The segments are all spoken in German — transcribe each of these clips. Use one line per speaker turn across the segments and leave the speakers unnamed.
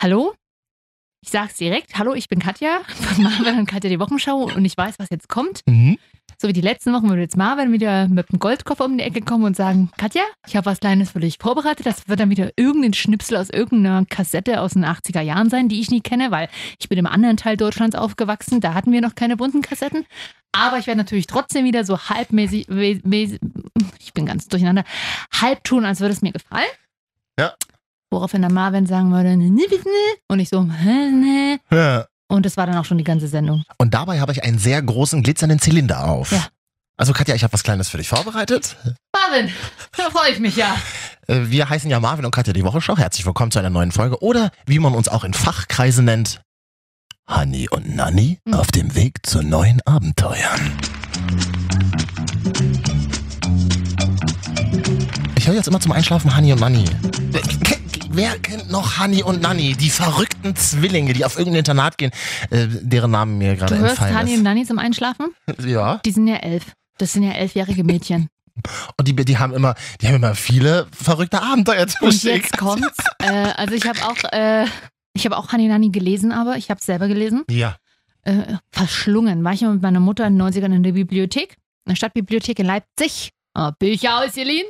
Hallo? Ich sag's direkt. Hallo, ich bin Katja von Marvin und Katja die Wochenschau und ich weiß, was jetzt kommt.
Mhm.
So wie die letzten Wochen würde jetzt Marvin wieder mit dem Goldkoffer um die Ecke kommen und sagen, Katja, ich habe was Kleines für dich vorbereitet. Das wird dann wieder irgendein Schnipsel aus irgendeiner Kassette aus den 80er Jahren sein, die ich nie kenne, weil ich bin im anderen Teil Deutschlands aufgewachsen. Da hatten wir noch keine bunten Kassetten. Aber ich werde natürlich trotzdem wieder so halbmäßig, mäßig- ich bin ganz durcheinander, halb tun, als würde es mir gefallen.
Ja.
Woraufhin dann Marvin sagen würde, ne, ne, ne. und ich so, hä, ne.
Ja.
Und das war dann auch schon die ganze Sendung.
Und dabei habe ich einen sehr großen glitzernden Zylinder auf.
Ja.
Also Katja, ich habe was Kleines für dich vorbereitet.
Marvin, da freue ich mich ja.
Äh, Wir heißen ja Marvin und Katja die Wochenschau. Herzlich willkommen zu einer neuen Folge. Oder wie man uns auch in Fachkreisen nennt, Hanni und Nanni
Mhm.
auf dem Weg zu neuen Abenteuern. Ich höre jetzt immer zum Einschlafen Hanni und Nanni. Wer- ke- Wer kennt noch Hanni und Nanni? Die verrückten Zwillinge, die auf irgendein Internat gehen, äh, deren Namen mir gerade
Du hörst
entfallen
Hani und Nani zum Einschlafen?
ist. Ja.
Die sind ja elf. Das sind ja elfjährige Mädchen.
Und die, die haben immer, die haben immer viele verrückte Abenteuer
Und
zugeschickt.
jetzt kommt's. Äh, also ich habe auch, äh, ich habe auch Hani und Nani gelesen, aber ich habe es selber gelesen.
Ja.
Äh, verschlungen. War ich mal mit meiner Mutter in den 90ern in der Bibliothek, in der Stadtbibliothek in Leipzig. Äh, Bücher ausgeliehen.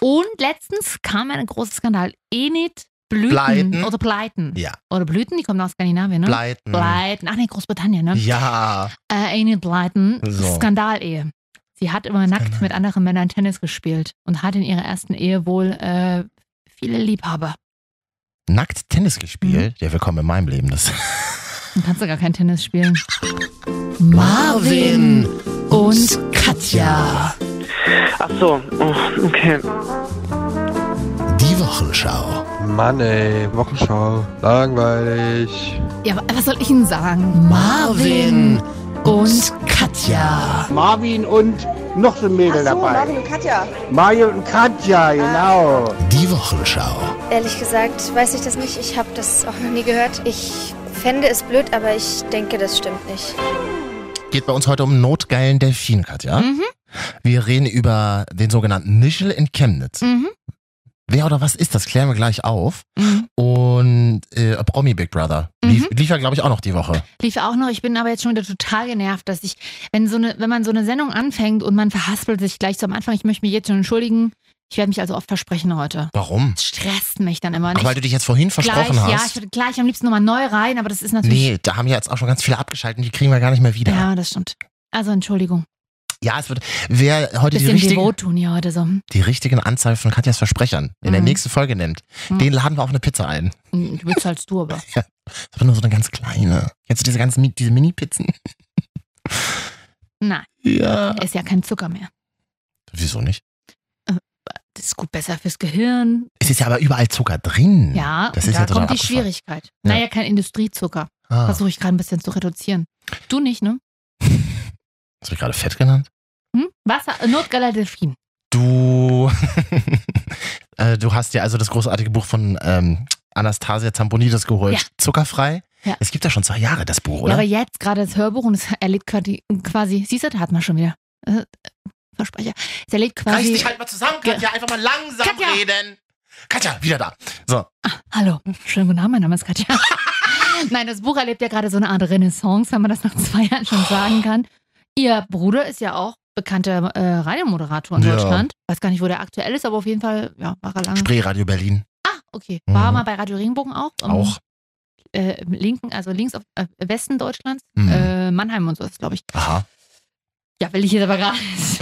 Und letztens kam ein großer Skandal. Enid Blüten.
Blyton.
Oder Pleiten.
Ja.
Oder Blüten, die kommen aus Skandinavien, ne?
Pleiten.
Blyton. Ach nee, Großbritannien, ne?
Ja.
Äh, Enid Blyton,
So.
Skandalehe. Sie hat immer nackt
Skandal.
mit anderen Männern Tennis gespielt und hat in ihrer ersten Ehe wohl äh, viele Liebhaber.
Nackt Tennis gespielt.
Hm.
Ja, willkommen in meinem Leben. Das
Dann kannst du gar kein Tennis spielen. und Katja.
Ach so, oh, okay.
Die Wochenschau.
Mann ey, Wochenschau. Langweilig.
Ja, wa- was soll ich Ihnen sagen? Marvin und Katja.
Marvin und noch so ein Mädel
Ach so,
dabei.
Marvin und Katja. Ah.
Mario und Katja, genau.
Die Wochenschau.
Ehrlich gesagt weiß ich das nicht. Ich habe das auch noch nie gehört. Ich fände es blöd, aber ich denke, das stimmt nicht.
Geht bei uns heute um notgeilen Delfin, Katja.
Mhm.
Wir reden über den sogenannten Nischel in Chemnitz.
Mhm.
Wer oder was ist das? Klären wir gleich auf.
Mhm.
Und äh, Promi Big Brother. Lief, lief ja, glaube ich, auch noch die Woche.
Lief auch noch. Ich bin aber jetzt schon wieder total genervt, dass ich, wenn, so eine, wenn man so eine Sendung anfängt und man verhaspelt sich gleich so am Anfang, ich möchte mich jetzt schon entschuldigen. Ich werde mich also oft versprechen heute.
Warum?
Das stresst mich dann immer. Und
Ach, weil
ich-
du dich jetzt vorhin versprochen
gleich,
hast.
Ja, ich würde gleich am liebsten nochmal neu rein, aber das ist natürlich.
Nee, da haben ja jetzt auch schon ganz viele abgeschaltet, die kriegen wir gar nicht mehr wieder.
Also ja.
Ja,
das stimmt. Also Entschuldigung.
es wird, wer heute die
Bisschen
richtigen,
devot tun hier heute so. Hm,
die richtigen Anzahl von Katjas Versprechern in der
Mhm.
nächsten Folge nimmt,
Mhm.
den laden wir auf eine Pizza ein.
Du bezahlst du aber.
Das ist aber nur so eine ganz kleine. Jetzt diese ganzen, Mi- diese Mini-Pizzen.
Nein,
Ja.
ist ja kein Zucker mehr.
Wieso nicht?
Das ist gut besser fürs Gehirn.
Es ist ja aber überall Zucker drin.
Ja,
das
und
ist
da
ja total
kommt die
abgefahren.
Schwierigkeit.
Ja.
Naja, kein Industriezucker.
Ah, hast
Versuche ich gerade ein bisschen zu reduzieren. Du nicht, ne?
du mich gerade fett genannt?
Hm? Wasser, Notgeiler Delfin.
Du, äh, du hast ja also das großartige Buch von ähm, Anastasia Zambonides geholt.
Ja.
Zuckerfrei.
Ja.
Es gibt ja schon zwei Jahre das Buch,
Ja,
oder?
aber jetzt gerade das Hörbuch und es erlebt quasi, quasi siehst du, da hat man schon wieder. Äh, Versprecher. Es erlebt
Reiß
quasi.
dich halt mal zusammen,
Ge-
Katja. Einfach mal langsam
Katja!
reden. Katja, wieder da. So,
Hallo, schönen guten Abend, mein Name ist Katja. Nein, das Buch erlebt ja gerade so eine Art Renaissance, wenn man das nach zwei Jahren schon sagen kann. Ihr Bruder ist ja auch bekannter äh, Radiomoderator in
Ja.
Deutschland. Weiß gar nicht, wo der aktuell ist, aber auf jeden Fall, ja, war er lange.
Spreeradio Berlin
Ah, okay. War
Mhm.
mal bei Radio Regenbogen auch. im,
auch.
Äh, im linken, also links auf äh, Westen Deutschlands.
Mhm.
Äh, Mannheim und so ist, glaube ich.
Aha.
Ja, will ich jetzt aber gar nicht.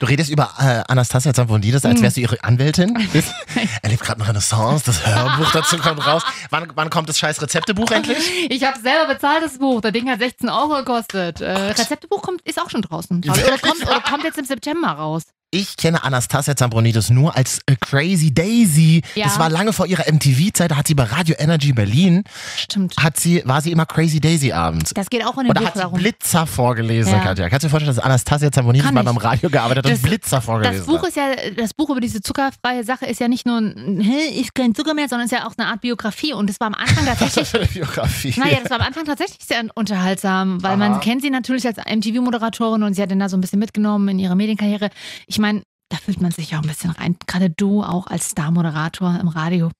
Du redest über äh, Anastasia Zambonides, als
Mhm.
wärst du ihre Anwältin. Erlebt gerade eine Renaissance, das Hörbuch dazu kommt raus. Wann, wann kommt das scheiß Rezeptebuch endlich?
Ich habe selber bezahlt das Buch. Das Ding hat 16 Euro gekostet. Äh,
Gott.
Rezeptebuch kommt, ist auch schon draußen.
Ja,
glaub ich. Oder
wirklich?
kommt, oder kommt jetzt im September raus.
Ich kenne Anastasia Zambonides nur als äh, Crazy Daisy.
Ja.
Das war lange vor ihrer MTV-Zeit, da hat sie bei Radio Energy Berlin,
Stimmt.
hat sie, war sie immer Crazy Daisy abends.
Das geht auch in dem
Oder
Buch
hat sie
darum.
Blitzer vorgelesen,
Hm, Ja.
Katja? Kannst du dir vorstellen, dass Anastasia Zambonides
Kann
mal
ich.
beim Radio gearbeitet hat und
Das-
Blitzer vorgelesen
Das Buch
hat?
ist ja, das Buch über diese zuckerfreie Sache ist ja nicht nur ein, hey, ich kein Zucker mehr, sondern ist ja auch eine Art Biografie. Und das war am Anfang
Was ist das
tatsächlich.
für eine Biografie?
Naja, das war am Anfang tatsächlich sehr unterhaltsam, weil man
Aha.
kennt sie natürlich als MTV-Moderatorin und sie hat den da so ein bisschen mitgenommen in ihre Medienkarriere. Ich meine, da fühlt man sich ja auch ein bisschen rein. Gerade du auch als Star-Moderator im Radio.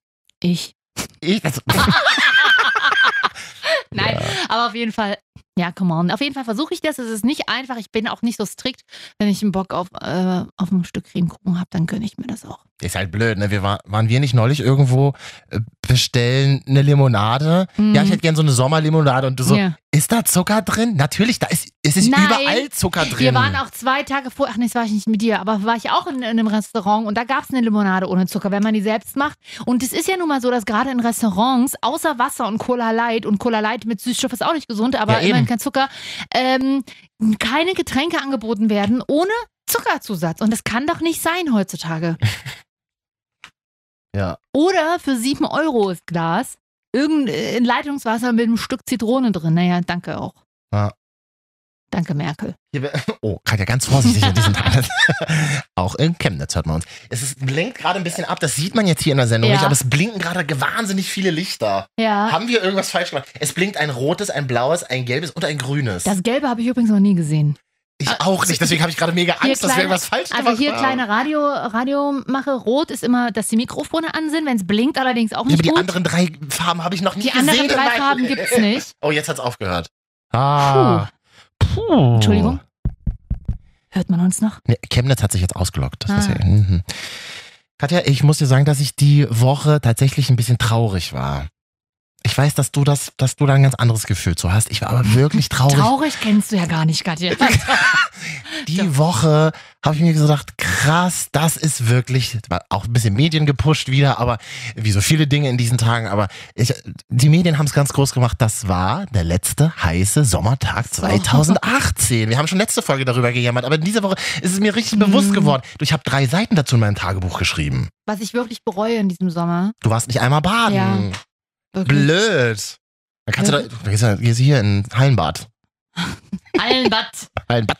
Ich.
Ich, das,
Nein, aber auf jeden Fall, ja, come on. Auf jeden Fall versuche ich das. Es ist nicht einfach. Ich bin auch nicht so strikt. Wenn ich einen Bock auf, äh, auf ein Stück Cremekuchen habe, dann gönne ich mir das auch.
Ist halt blöd, ne? Wir war, waren wir nicht neulich irgendwo äh, bestellen eine Limonade?
Mhm.
Ja, ich hätte gern so eine Sommerlimonade und du so,
Ja.
ist da Zucker drin? Natürlich, da ist, es ist
Nein.
überall Zucker drin.
Wir waren auch zwei Tage vor, ach nee, das war ich nicht mit dir, aber war ich auch in, in einem Restaurant und da gab es eine Limonade ohne Zucker, wenn man die selbst macht. Und es ist ja nun mal so, dass gerade in Restaurants außer Wasser und Cola Light und Cola Light mit Süßstoff ist auch nicht gesund,
Ja,
aber
eben.
immerhin kein Zucker, ähm, keine Getränke angeboten werden ohne Zuckerzusatz. Und das kann doch nicht sein heutzutage.
Ja.
Oder für sieben Euro das Glas irgendein Leitungswasser mit einem Stück Zitrone drin. Naja, danke auch.
Ja.
Danke, Merkel.
Hier wär- Oh, Katja, ganz vorsichtig in diesem Teil. Auch in Chemnitz hört man uns. Es ist, blinkt gerade ein bisschen ab, das sieht man jetzt hier in der Sendung
Ja. Ah.
nicht, aber es blinken gerade ge- wahnsinnig viele Lichter.
Ja.
Haben wir irgendwas falsch gemacht? Es blinkt ein rotes, ein blaues, ein gelbes und ein grünes.
Das Gelbe habe ich übrigens noch nie gesehen.
ich
ah,
auch nicht, deswegen habe ich gerade mega
hier
Angst, dass wir
kleine-
irgendwas falsch gemacht
Also hier
haben.
kleine Radio, Radiomache. Rot ist immer, dass die Mikrofone an sind. Wenn es blinkt, allerdings auch
Ja,
nicht
aber die
gut.
anderen drei Farben habe ich noch nicht
Oh die
gesehen.
anderen
in
drei
meinem
Farben
Leben.
gibt es nicht.
Oh, jetzt hat's aufgehört. Ah. Puh.
Entschuldigung. Hört man uns noch?
Nee, Chemnitz hat sich jetzt ausgelockt. Das
Ah.
ist ja, mhm. Katja, ich muss dir sagen, dass ich die Woche tatsächlich ein bisschen traurig war. Ich weiß, dass du das, dass du da ein ganz anderes Gefühl zu hast. Ich war aber wirklich traurig.
Traurig kennst du ja gar nicht, Katja.
die Woche habe ich mir gedacht, krass, das ist wirklich war auch ein bisschen Medien gepusht wieder, aber wie so viele Dinge in diesen Tagen. Aber ich, die Medien haben es ganz groß gemacht. Das war der letzte heiße
Oh.
Sommertag 2018. Wir haben schon letzte Folge darüber gejammert, aber in dieser Woche ist es mir richtig
Mhm.
bewusst geworden. Du, ich habe drei Seiten dazu in meinem Tagebuch geschrieben.
Was ich wirklich bereue in diesem Sommer.
Du warst nicht einmal baden.
Ja. Wirklich.
Blöd. Dann kannst du
Ja.
da, dann gehst du gehst du hier in Hallenbad.
Allen Bad.
Hallenbad.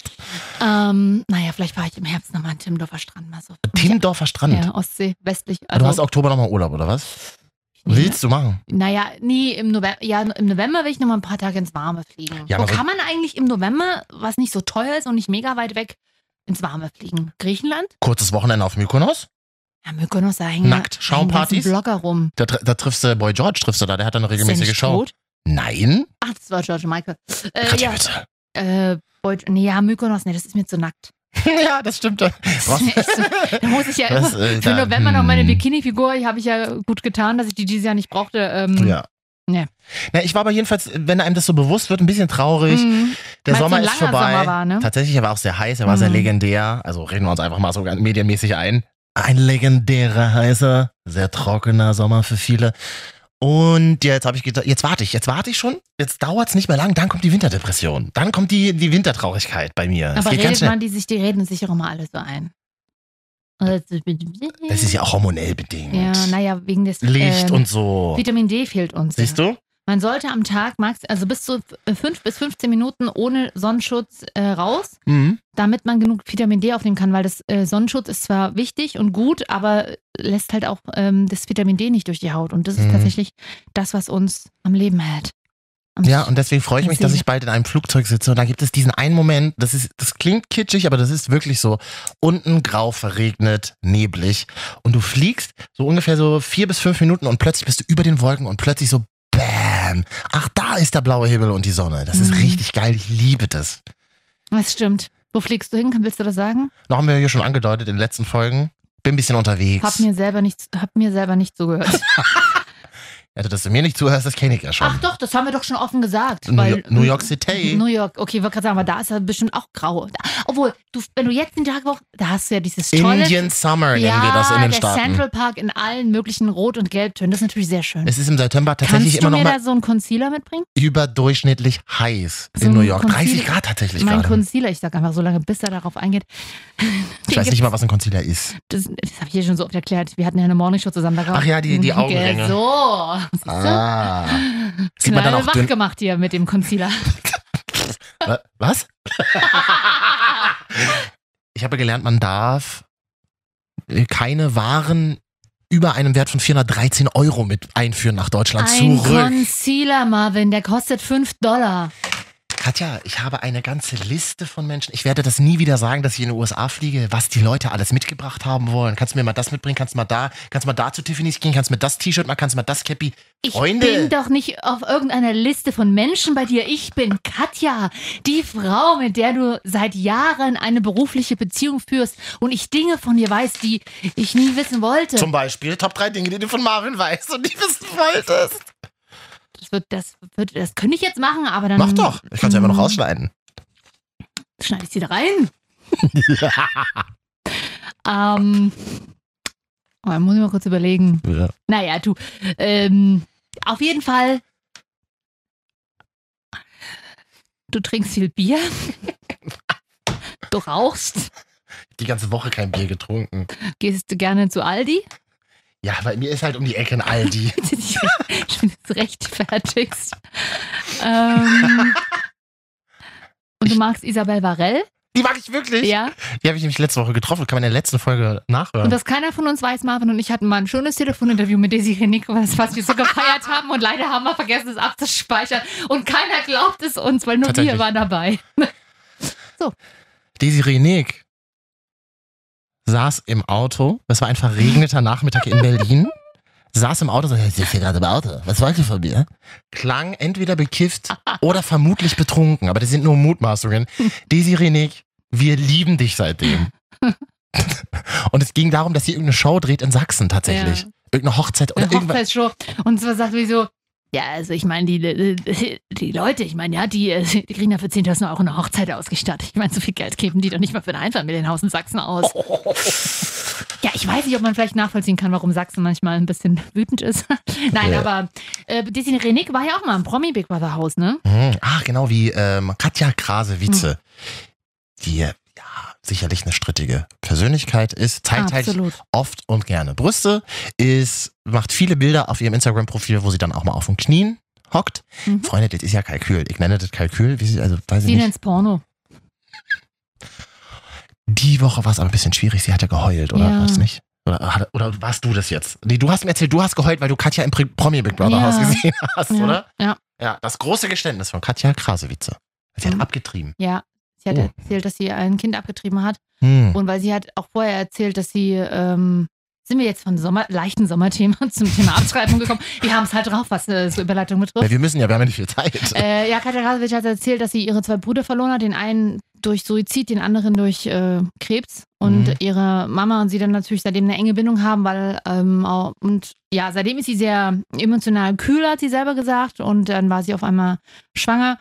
Ähm, naja, vielleicht fahre ich im Herbst nochmal an Timmendorfer Strand mal so.
Timmendorfer Strand.
Ja, also Ostsee, westlich.
du hast Oktober nochmal Urlaub, oder was? Willst du machen?
Naja, nee, im November, ja, im November will ich noch mal ein paar Tage ins Warme fliegen.
Ja,
Wo
aber-
kann man eigentlich im November, was nicht so teuer ist und nicht mega weit weg, ins Warme fliegen? Griechenland?
Kurzes Wochenende auf Mykonos?
Ja, Mykonos, da hängen
Nackt,
da hängen ganzen
Schaumpartys?
Blogger rum.
Da, tr- da triffst du Boy George, triffst du da, der hat da eine
Ist der
regelmäßige
nicht
Show.
tot?
Nein?
Ach, das war George Michael. Äh,
Katja,
ja,
bitte.
äh, Beut- nee, ja, Mykonos, nee, das ist mir zu nackt.
ja, das stimmt. Was?
Das ist mir echt so, da muss ich ja
Was,
immer,
äh,
für
da-
November noch meine
hm.
Bikini-Figur, die habe ich ja gut getan, dass ich die dieses Jahr nicht brauchte. Ähm,
Ja.
Nee.
Na, ich war aber jedenfalls, wenn einem das so bewusst wird, ein bisschen traurig.
Mhm.
Der
Weil's so
Sommer
ein
ist
langer
vorbei.
Sommer war, ne?
Tatsächlich, er war auch sehr heiß, er war sehr
Mhm.
legendär. Also reden wir uns einfach mal so ganz medienmäßig ein. Ein legendärer, heißer, sehr trockener Sommer für viele. Und jetzt habe ich gedacht, jetzt warte ich, jetzt warte ich schon. Jetzt dauert es nicht mehr lang, dann kommt die Winterdepression. Dann kommt die, die Wintertraurigkeit bei mir. Es
Aber
geht ganz
redet
schnell.
man, die sich, die reden sich auch immer alle so ein.
Das ist ja auch hormonell bedingt.
Ja, naja, wegen des
Licht
ähm,
und so.
Vitamin D fehlt uns.
Siehst
ja.
du?
Man sollte am Tag max, also bis zu 5 bis 15 Minuten ohne Sonnenschutz äh, raus,
Mhm.
damit man genug Vitamin D aufnehmen kann, weil das äh, Sonnenschutz ist zwar wichtig und gut, aber lässt halt auch ähm, das Vitamin D nicht durch die Haut. Und das ist
Mhm.
tatsächlich das, was uns am Leben hält. Am
Ja, und deswegen freue ich mich, dass
Seele.
ich bald in einem Flugzeug sitze und da gibt es diesen einen Moment, das ist, das klingt kitschig, aber das ist wirklich so. Unten grau, verregnet, neblig und du fliegst so ungefähr so vier bis fünf Minuten und plötzlich bist du über den Wolken und plötzlich so bam, ach da ist der blaue Himmel und die Sonne. Das ist
Mhm.
richtig geil, ich liebe das.
das stimmt. Wo fliegst du hin? Willst du das sagen?
Noch haben wir hier schon angedeutet in den letzten Folgen. Bin ein bisschen unterwegs.
Hab mir selber nicht, hab mir selber nicht zugehört.
Also, dass du mir nicht zuhörst, das kenne ich ja schon.
Ach doch, das haben wir doch schon offen gesagt.
New,
weil-
York- New York City.
New York, okay, ich wollte gerade sagen, aber da ist ja bestimmt auch grau. Da, obwohl, du, wenn du jetzt den Tag brauchst, da hast du ja dieses tolle...
Indian Summer nennen
ja,
wir das in den
der
Staaten.
Central Park in allen möglichen Rot- und Gelbtönen. Das ist natürlich sehr schön.
es ist im September tatsächlich
Kannst du
immer noch
mir
mal
da so einen Concealer mitbringen?
überdurchschnittlich heiß
So
in
ein
New York.
Concealer-
30 Grad tatsächlich
mein
gerade.
Concealer, ich sag einfach so lange, bis er darauf eingeht.
Ich weiß nicht mal, was ein Concealer ist.
Das, das habe ich hier schon so oft erklärt. Wir hatten ja eine Morningshow zusammen. Da gab-
Ach ja, die- die
Ja,
Augenringe.
So. Siehst du?
Ah. Sieht man dann
Knall
auch
wach
dünn.
gemacht hier mit dem Concealer.
Wa- Was? Ich habe gelernt, man darf äh, keine Waren über einem Wert von 413 Euro mit einführen nach Deutschland
Ein
zurück.
Concealer, Marvin, der kostet 5 Dollar.
Katja, ich habe eine ganze Liste von Menschen. Ich werde das nie wieder sagen, dass ich in die USA fliege, was die Leute alles mitgebracht haben wollen. Kannst du mir mal das mitbringen? Kannst du mal da, kannst du mal da zu Tiffany's gehen? Kannst du mir das T-Shirt mal, kannst du mal das Cappy?
Ich
Freunde.
bin doch nicht auf irgendeiner Liste von Menschen bei dir. Ich bin Katja, die Frau, mit der du seit Jahren eine berufliche Beziehung führst und ich Dinge von dir weiß, die ich nie wissen wollte.
Zum Beispiel Top 3 Dinge, die du von Marvin weißt und die wissen wolltest.
das, wird, das, wird, das könnte ich jetzt machen, aber dann. Hm,
Mach doch. Ich kann es ja immer noch rausschneiden.
Schneide ich sie da rein? ähm. Oh, da muss ich mal kurz überlegen.
Ja.
Naja, du. Ähm, auf jeden Fall. Du trinkst viel Bier. Du rauchst.
Die ganze Woche kein Bier getrunken.
Gehst du gerne zu Aldi?
Ja, weil mir ist halt um die Ecke ein Aldi.
Ich bin jetzt rechtfertigst. Ähm, und du magst Isabel Varell?
Die mag ich wirklich.
Ja.
Die habe ich nämlich letzte Woche getroffen. Kann man in der letzten Folge nachhören.
Und dass keiner von uns weiß, Marvin und ich hatten mal ein schönes Telefoninterview mit Desi Renico, das was wir so gefeiert haben und leider haben wir vergessen, es abzuspeichern. Und keiner glaubt es uns, weil nur wir
Tatsächlich.
waren dabei.
Desiree Nick saß im Auto. Es war ein verregneter Nachmittag in Berlin. Saß im Auto und sagte, ich bin gerade im Auto. Was wollt ihr von mir? Klang entweder bekifft oder vermutlich betrunken. Aber das sind nur Mutmaßungen. Desiree Nick, wir lieben dich seitdem. Und es ging darum, dass sie irgendeine Show dreht in Sachsen tatsächlich.
Ja.
Irgendeine Hochzeit oder
Eine
irgendwas.
Hochzeitsshow. Und zwar sagt wie so, ja, also ich meine, die, die Leute, ich meine, ja, die, äh, die kriegen dafür 10.000 Euro eine Hochzeit ausgestattet. Ich meine, so viel Geld geben die doch nicht mal für ein Einfamilienhaus in Sachsen aus. Ja, ich weiß nicht, ob man vielleicht nachvollziehen kann, warum Sachsen manchmal ein bisschen wütend ist. Nein,
Ja.
aber äh, Desiree Renick war ja auch mal im Promi-Big Brother-Haus, ne?
Mhm. Ah, genau wie ähm, Katja
Hm.
Krase-Wietze, die ja sicherlich eine strittige Persönlichkeit ist, zeigt halt
Absolut.
oft und gerne Brüste, ist, macht viele Bilder auf ihrem Instagram-Profil, wo sie dann auch mal auf den Knien hockt.
Mhm.
Freunde, das ist ja Kalkül. Ich nenne das Kalkül, wie sie, also weiß
Sie
ich nicht.
nennt's Porno.
Die Woche war es aber ein bisschen schwierig, sie hatte geheult, oder
Ja.
was nicht? Oder, hat- oder warst du das jetzt? Nee, du hast mir erzählt, du hast geheult, weil du Katja im Pri- Promi Big Brother
Ja.
Haus gesehen hast,
ja.
oder?
Ja,
Ja, das große Geständnis von Katja Krasewitze. Sie
Mhm.
hat abgetrieben.
ja. Sie hat
Oh.
erzählt, dass sie ein Kind abgetrieben hat.
Hm.
Und weil sie hat auch vorher erzählt, dass sie, ähm, sind wir jetzt von Sommer, leichten Sommerthema zum Thema Abtreibung gekommen. Wir haben es halt drauf, was äh, so Überleitung
Ja,
betrifft.
wir müssen ja, wir haben ja nicht viel Zeit.
Äh, ja, Katja Krasowitsch hat erzählt, dass sie ihre zwei Brüder verloren hat. Den einen durch Suizid, den anderen durch äh, Krebs. Und
Mhm.
ihre Mama und sie dann natürlich seitdem eine enge Bindung haben, weil, ähm, auch, und ja, seitdem ist sie sehr emotional kühl, hat sie selber gesagt. Und dann war sie auf einmal schwanger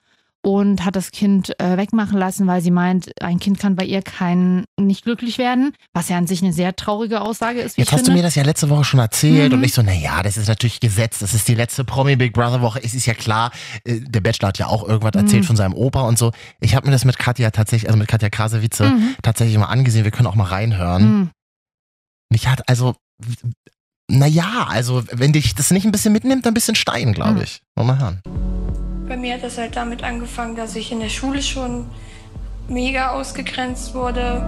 und hat das Kind äh, wegmachen lassen, weil sie meint, ein Kind kann bei ihr kein nicht glücklich werden, was ja an sich eine sehr traurige Aussage ist. Wie
Jetzt
ich
hast du
finde.
mir das ja letzte Woche schon erzählt
Mhm.
und ich so, naja, das ist natürlich Gesetz, das ist die letzte Promi Big Brother Woche, es ist ja klar, äh, der Bachelor hat ja auch irgendwas erzählt
Mhm.
von seinem Opa und so. Ich habe mir das mit Katja tatsächlich, also mit Katja Krasewitze
Mhm.
tatsächlich mal angesehen, wir können auch mal reinhören.
Mhm.
Mich hat also, naja, also wenn dich das nicht ein bisschen mitnimmt, dann ein bisschen Stein, glaube
Mhm.
ich. Wollen wir mal hören.
Bei mir hat das halt damit angefangen, dass ich in der Schule schon mega ausgegrenzt wurde.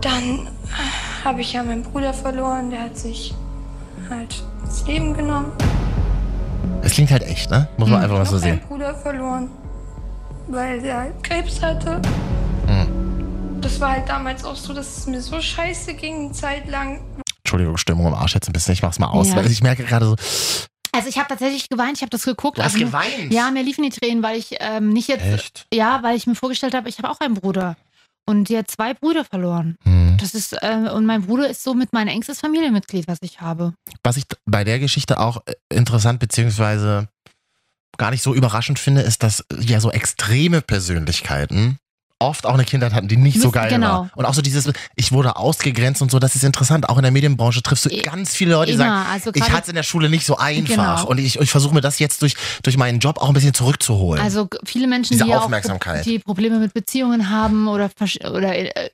Dann äh, habe ich ja meinen Bruder verloren, der hat sich halt das Leben genommen.
Es klingt halt echt, ne? Muss man
Mhm.
einfach mal so
Noch
sehen.
meinen Bruder verloren, weil der halt Krebs hatte. Das war halt damals auch so, dass es mir so scheiße ging, eine Zeit lang.
Entschuldigung, Stimmung im Arsch jetzt ein bisschen, ich mach's mal aus,
Ja.
weil ich merke gerade so,
Also ich habe tatsächlich geweint, ich habe das geguckt.
du hast
Also,
geweint.
Ja, mir liefen die Tränen, weil ich ähm, nicht jetzt,
Echt?
ja, weil ich mir vorgestellt habe, ich habe auch einen Bruder. Und die hat zwei Brüder verloren.
Hm.
Das ist, äh, und mein Bruder ist somit mein engstes Familienmitglied, was ich habe.
Was ich bei der Geschichte auch äh, interessant beziehungsweise gar nicht so überraschend finde, ist, dass äh, ja so extreme Persönlichkeiten oft auch eine Kindheit hatten, die nicht so
Müssen-
geil
genau.
war. Und auch so dieses, ich wurde ausgegrenzt und so, das ist interessant. Auch in der Medienbranche triffst du
I-
ganz viele Leute, die
Immer,
sagen,
E- also
ich
gerade-
hatte es in der Schule nicht so einfach.
Genau.
Und ich, ich versuche mir das jetzt durch, durch meinen Job auch ein bisschen zurückzuholen.
Also g- viele Menschen,
Diese
die, ja Auch,
Aufmerksamkeit.
die Probleme mit Beziehungen haben oder, versch- oder äh,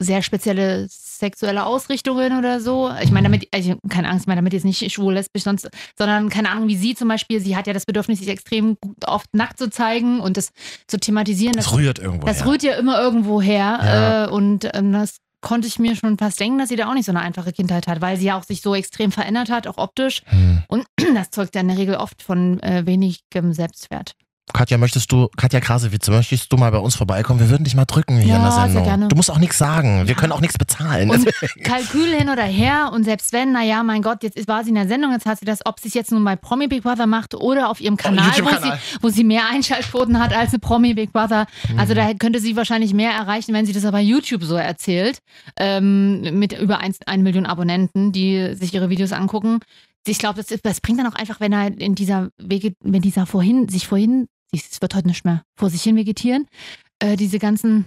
sehr spezielle sexuelle Ausrichtungen oder so. Ich meine, damit, also keine Angst, ich meine damit jetzt nicht schwul, lesbisch, sonst, sondern keine Ahnung, wie sie zum Beispiel, sie hat ja das Bedürfnis, sich extrem oft nackt zu zeigen und das zu thematisieren. Das,
das rührt irgendwo
das
her.
rührt ja immer irgendwo her
Ja.
äh, und ähm, das konnte ich mir schon fast denken, dass sie da auch nicht so eine einfache Kindheit hat, weil sie ja auch sich so extrem verändert hat, auch optisch.
Hm.
Und das zeugt ja in der Regel oft von äh, wenigem Selbstwert.
Katja, möchtest du, Katja Krasewitz, möchtest du mal bei uns vorbeikommen? Wir würden dich mal drücken hier
Ja,
in der
sehr
Sendung.
gerne.
Du musst auch nichts sagen. Wir können auch nichts bezahlen. Also,
Und Kalkül hin oder her und selbst wenn, naja, mein Gott, jetzt ist- war sie in der Sendung, jetzt hat sie das, ob sie es jetzt nun bei Promi Big Brother macht oder auf ihrem Kanal, wo, sie,
YouTube-Kanal.
wo sie mehr Einschaltquoten hat als eine Promi Big Brother. Also
Hm. Mhm.
da könnte sie wahrscheinlich mehr erreichen, wenn sie das aber YouTube so erzählt, ähm, mit über 1 eine Million Abonnenten, die sich ihre Videos angucken. Ich glaube, das, ist- das bringt dann auch einfach, wenn er in dieser Wege, wenn dieser vorhin, sich vorhin, es wird heute nicht mehr, vor sich hin vegetieren, äh, diese ganzen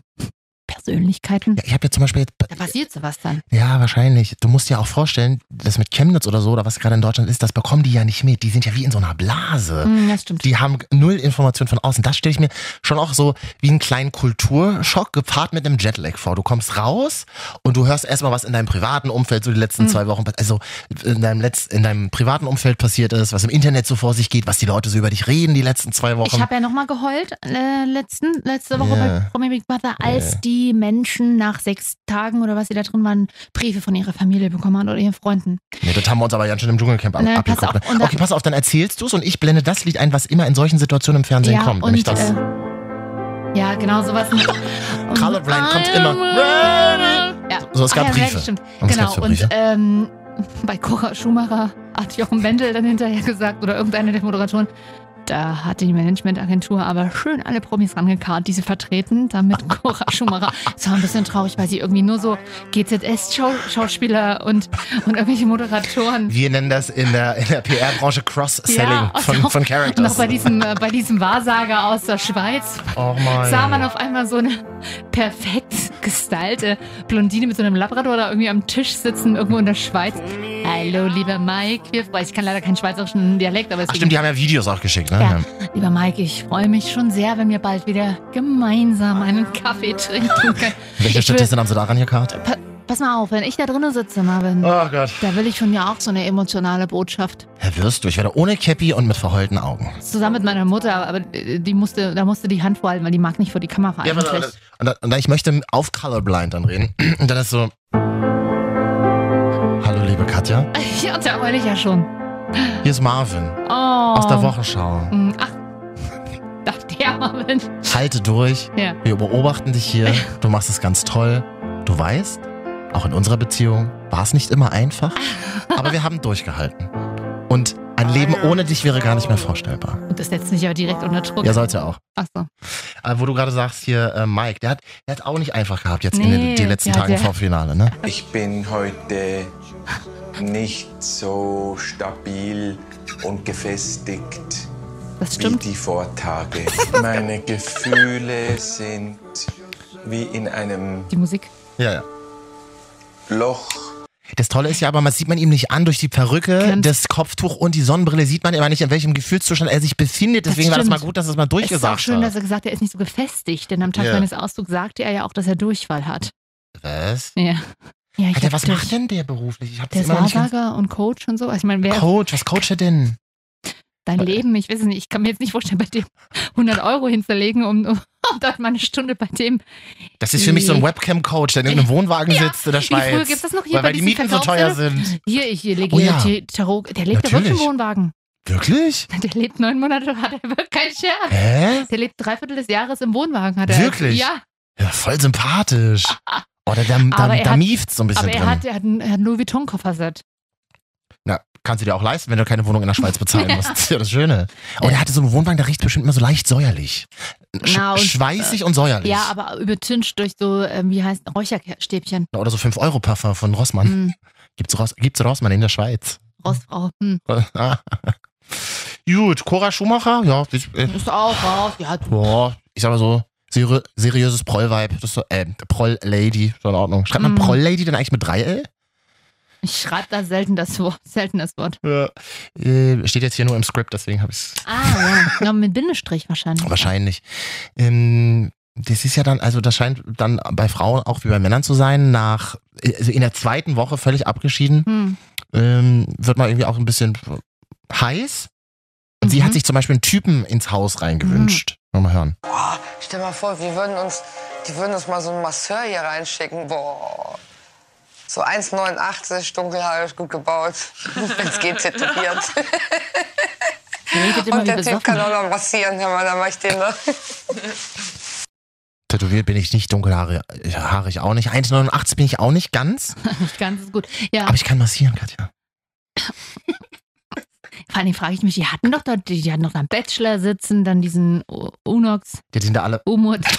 Persönlichkeiten.
ja, ich habe ja zum Beispiel jetzt
Da passiert sowas dann.
Ja, wahrscheinlich. Du musst dir auch vorstellen, das mit Chemnitz oder so, oder was gerade in Deutschland ist, das bekommen die ja nicht mit. Die sind ja wie in so einer Blase.
Mm, das stimmt.
Die haben null Informationen von außen. Das stelle ich mir schon auch so wie einen kleinen Kulturschock gepaart mit einem Jetlag vor. Du kommst raus und du hörst erstmal, was in deinem privaten Umfeld so die letzten
Mhm.
zwei Wochen, pass- also in deinem, Letz-, in deinem privaten Umfeld passiert ist, was im Internet so vor sich geht, was die Leute so über dich reden die letzten zwei Wochen.
Ich habe ja nochmal geheult äh, letzten, letzte Woche bei
Ja.
Promi Big Brother, als die Menschen nach sechs Tagen oder was sie da drin waren, Briefe von ihrer Familie bekommen haben oder ihren Freunden.
Nee, das haben wir uns aber ganz schön im Dschungelcamp ab-
Na, pass
abgeguckt. ne?
auf, und da-
okay, pass auf, dann erzählst du es und ich blende das Lied ein, was immer in solchen Situationen im Fernsehen kommt. nämlich das.
äh, ja, genau sowas.
Colorblind kommt
I
immer.
am ready. Ja.
So, es gab
Ah, ja,
Briefe.
ready, stimmt.
Und es gab
genau,
so
und
Briefe.
ähm, bei Cora Schumacher hat Jochen Wendel dann hinterher gesagt, oder irgendeiner der Moderatoren, da hatte die Managementagentur aber schön alle Promis rangekarrt, die sie vertreten, damit Cora Schumacher. Es war ein bisschen traurig, weil sie irgendwie nur so GZS-Schauspieler und, und irgendwelche Moderatoren.
Wir nennen das in der, in der PR-Branche Cross-Selling
und
von,
auch-
von Characters.
und Auch bei diesem, äh, bei diesem Wahrsager aus der Schweiz
oh mein.
sah man auf einmal so eine perfekt gestylte Blondine mit so einem Labrador da irgendwie am Tisch sitzen, irgendwo in der Schweiz. Hallo, lieber Mike, wir freuen Ich kann leider keinen schweizerischen Dialekt, aber es
Ach stimmt, die haben ja Videos auch geschickt, ne?
ja, lieber Mike, ich freue mich schon sehr, wenn wir bald wieder gemeinsam einen Kaffee trinken können.
Welche
Ich will-
Statistin haben sie daran gekarrt?
Pa pass mal auf, wenn ich da drinnen sitze, Marvin,
Oh Gott.
da will ich von dir auch so eine emotionale Botschaft.
Herr Würst, du, ich werde ohne Cappy und mit verheulten Augen.
Zusammen mit meiner Mutter, aber äh, die musste, da musste die Hand vorhalten, weil die mag nicht vor die Kamera
Ja,
eigentlich.
warte, warte. Und, dann, und dann, ich möchte auf Colorblind dann reden. Und dann ist so. Hallo, liebe Katja.
ja, da wollte ich ja schon.
Hier ist Marvin
Oh.
aus der Wochenschau.
Mm, Ach, ach der Marvin.
Halte durch.
Ja.
Wir beobachten dich hier. Du machst es ganz toll. Du weißt, auch in unserer Beziehung war es nicht immer einfach, aber wir haben durchgehalten. Und ein Leben
Ah.
ohne dich wäre gar nicht mehr vorstellbar.
Und das setzt mich aber direkt unter Druck.
Ja, sollte auch.
Ach so.
Aber wo du gerade sagst, hier äh, Mike, der hat, der hat auch nicht einfach gehabt jetzt in
Nee,
den, den letzten
ja,
Tagen
der-
vor Finale, ne?
Ich bin heute nicht so stabil und gefestigt
Das
wie
stimmt.
die Vortage. Meine Gefühle sind wie in einem
Die Musik.
Ja, ja.
Loch.
Das Tolle ist ja aber, man sieht man ihm nicht an durch die Perücke,
Ganz-
das Kopftuch und die Sonnenbrille sieht man immer nicht, in welchem Gefühlszustand er sich befindet.
Das
Deswegen war das mal
stimmt.
gut, dass es
Es
mal
ist auch
durchgesagt
schön, dass
hat.
er gesagt hat, er ist nicht so gefestigt, denn am Tag
Ja.
seines Ausflugs sagte er ja auch, dass er Durchfall hat.
Was?
Ja. ja ich
Alter,
hab
was
durch-
macht denn der beruflich? Ich hab
Der
das
ist
immer noch nicht ganz
Wahrsager und Coach und so. Also ich meine, wer
Coach, was coacht er denn?
dein Leben, ich weiß es nicht, ich kann mir jetzt nicht vorstellen, bei dem 100 Euro hinzulegen, um, um dort mal eine Stunde bei dem.
Das ist für mich so ein Webcam-Coach, der in irgendeinem Wohnwagen
Ja,
sitzt in der
Wie früher
Schweiz.
gibt's das noch hier
weil,
bei
weil die
diesen
Mieten so teuer
Verkaufsseller?
sind.
Hier, ich hier lege
Oh
hier
ja.
T- Tarot. Der lebt da wirklich im
Natürlich.
Wohnwagen.
Wirklich?
Der lebt neun Monate, hat er wirklich keinen Scherz.
Hä?
Der lebt dreiviertel des Jahres im Wohnwagen, hat er.
Wirklich?
Ja,
Ja, voll sympathisch. Oder da, da,
Aber er
da
hat-
mieft's so ein bisschen
aber er
drin.
hat, er hat einen, er hat einen Louis Vuitton-Kofferset.
Na, kannst du dir auch leisten, wenn du keine Wohnung in der Schweiz bezahlen
Ja.
musst. Das ist ja das Schöne. Und er hatte so einen Wohnwagen, der riecht bestimmt immer so leicht säuerlich. Sch
Na, und- äh,
schweißig und säuerlich.
Ja, aber übertüncht durch so, ähm, wie heißt Räucherstäbchen.
Oder so 5-Euro-Puffer von Rossmann.
Hm,
Gibt's, Ross, gibt's Rossmann in der Schweiz.
Rostfrau. Hm.
Gut, Cora Schumacher, ja, ich, äh,
Ist auch raus. Ja,
Boah, ich sag mal so, seri seriöses Proll-Vibe. Das ist so, äh, Proll-Lady, so in Ordnung. Schreibt man
Mm.
Proll-Lady denn eigentlich mit 3L?
ich schreibe da selten das Wort. Selten das Wort.
Ja. Äh, steht jetzt hier nur im Skript, deswegen habe ich es
Ah, ja. ja. Mit Bindestrich wahrscheinlich.
wahrscheinlich. Ähm, das ist ja dann, also das scheint dann bei Frauen auch wie bei Männern zu sein, nach, also in der zweiten Woche völlig abgeschieden,
Hm.
ähm, wird man irgendwie auch ein bisschen heiß. Und sie hat sich zum Beispiel einen Typen ins Haus reingewünscht. Mal hören.
Boah, stell mal vor, wir würden uns, die würden uns mal so einen Masseur hier reinschicken. Boah. So 1,89, dunkelhaarig, gut gebaut. Wenn's geht, tätowiert.
Redet immer
Und
wie
der Typ kann
besoffen.
auch noch massieren, Herr Mann, dann mach ich den noch.
Tätowiert bin ich nicht, dunkelhaarig auch nicht. 1,89 bin ich auch nicht ganz.
Nicht ganz ist gut. Ja,
Aber ich kann massieren, Katja.
vor allem frage ich mich, die hatten doch dort, die, die hatten doch da einen Bachelor sitzen, dann diesen O- Unox,
Die sind da alle. oh
Umut.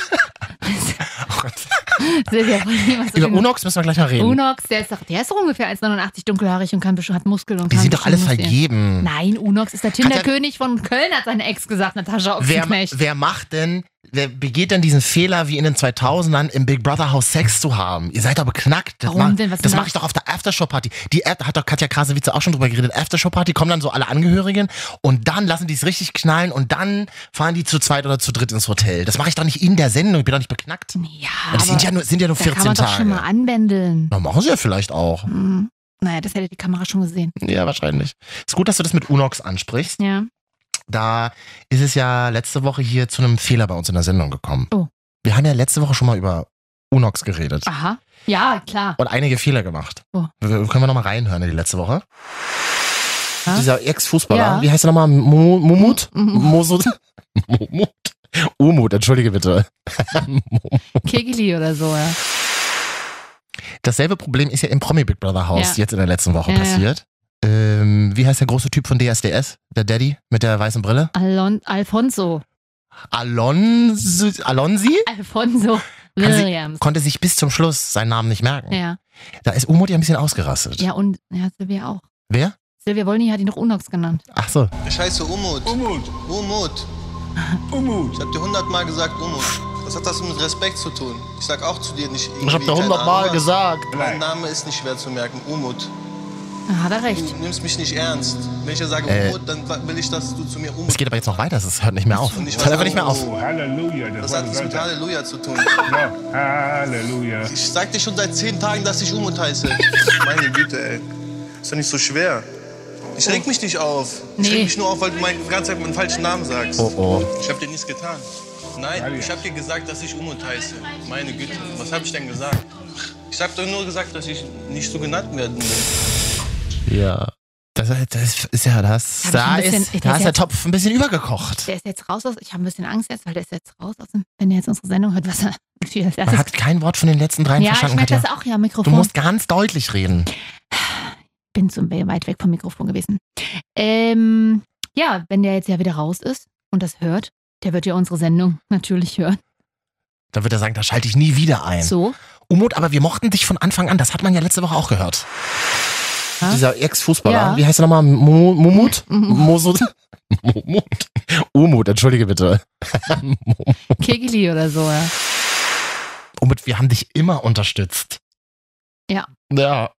Sind ja wohl niemand so
Über
den-
Unox müssen wir gleich mal reden.
Unox, der ist doch, der ist doch ungefähr 1,89 dunkelhaarig und kann bestimmt, hat Muskeln und
Die
kann
sind doch alle
bestimmt massieren.
vergeben.
Nein, Unox ist der
Katja-
Tinderkönig von Köln, hat seine Ex gesagt, Natascha
wer,
Ochsenknecht.
wer macht denn, wer begeht denn diesen Fehler, wie in den 2000ern im Big Brother Haus Sex zu haben? Ihr seid doch beknackt. Das
Warum
mach-
denn? Was
das
denn
mache
da-
ich doch auf der Aftershow-Party. Die App hat doch Katja Krasewitze auch schon drüber geredet. Aftershow-Party kommen dann so alle Angehörigen und dann lassen die es richtig knallen und dann fahren die zu zweit oder zu dritt ins Hotel. Das mache ich doch nicht in der Sendung. Ich bin doch nicht beknackt.
Ja,
das sind
aber
ja nur, sind ja nur
da kann
14
man doch schon mal
Tage.
anbändeln.
Na, machen sie ja vielleicht auch.
Hm. Naja, das hätte die Kamera schon gesehen.
Ja, wahrscheinlich. Ist gut, dass du das mit Unox ansprichst.
Ja.
da ist es ja letzte Woche hier zu einem Fehler bei uns in der Sendung gekommen.
Oh.
Wir haben ja letzte Woche schon mal über Unox geredet
Aha. Ja, klar.
und einige Fehler gemacht.
Oh.
W- Können wir nochmal reinhören in die letzte Woche?
Ja.
Dieser Ex-Fußballer,
Ja.
wie heißt er nochmal? Mu- Mumut?
Mhm.
Mosut? Mumut? Umut, entschuldige bitte. Oh.
Kegeli oder so, ja.
Dasselbe Problem ist ja im Promi Big Brother Haus
Ja.
jetzt in der letzten Woche
Ja, ja.
passiert. Ähm, wie heißt der große Typ von DSDS? Der Daddy mit der weißen Brille?
Alon Alfonso.
Alonso, Alonsi?
Alfonso
Kann sie-
Williams.
Konnte sich bis zum Schluss seinen Namen nicht merken.
Ja.
Da ist Umut ja ein bisschen ausgerastet.
Ja, und ja, Silvia auch.
Wer?
Silvia Wollny hat ihn doch Unox genannt.
Ach so.
Scheiße, Umut. Umut. Umut. Umut. Ich hab dir hundertmal gesagt, Umut. Was hat das mit Respekt zu tun? Ich sag auch zu dir nicht irgendwie.
Ich hab da
keine
hundertmal
Ahnung was.
gesagt.
Mein Name ist nicht schwer zu merken, Umut.
Da hat er
Du
recht.
nimmst mich nicht ernst. Wenn ich dir sage
Äh.
Umut, dann will ich, dass du zu mir Umut.
Es geht aber jetzt noch weiter, es hört nicht mehr auf.
Und ich
Es
weiß
hört einfach
auch-
nicht mehr auf.
Halleluja, das,
Das hat nichts mit Halleluja zu tun.
Ja, Halleluja.
Ich sag dir schon seit zehn Tagen, dass ich Umut heiße. Meine Güte, ey. Ist doch nicht so schwer. Ich reg mich nicht auf. Ich
Nee.
reg mich nur auf, weil du mein- die ganze Zeit meinen falschen Namen sagst.
Oh oh.
Ich habe dir nichts getan. Nein, ich habe dir gesagt, dass ich Umut heiße. Meine Güte, was habe ich denn gesagt? Ich habe doch nur gesagt, dass ich nicht so genannt werden will.
Ja. Das, das ist ja
Hab
das.
ich
Da
ein bisschen-
ist,
ich-
da
das
ist der
jetzt-
Topf ein bisschen übergekocht.
Der ist jetzt raus aus. Ich habe ein bisschen Angst jetzt, weil der ist jetzt raus aus dem. Wenn er jetzt unsere Sendung hört, was er. Wie das
Man
erste
hat kein Wort von den letzten dreien
ja, ich
verstanden,
merke
Katja.
das auch, ja,
Du
Mikrofon.
musst ganz deutlich reden.
bin zu weit weg vom Mikrofon gewesen. Ähm, ja, wenn der jetzt ja wieder raus ist und das hört, der wird ja unsere Sendung natürlich hören.
Dann wird er sagen, da schalte ich nie wieder ein.
So.
Umut, aber wir mochten dich von Anfang an. Das hat man ja letzte Woche auch gehört.
Ja.
Dieser Ex-Fußballer,
Ja.
wie heißt er nochmal? Mu- Mumut?
Mhm.
Mosut? Mumut? Umut, entschuldige bitte.
Kegeli oder so, ja.
Umut, wir haben dich immer unterstützt.
Ja.
Ja.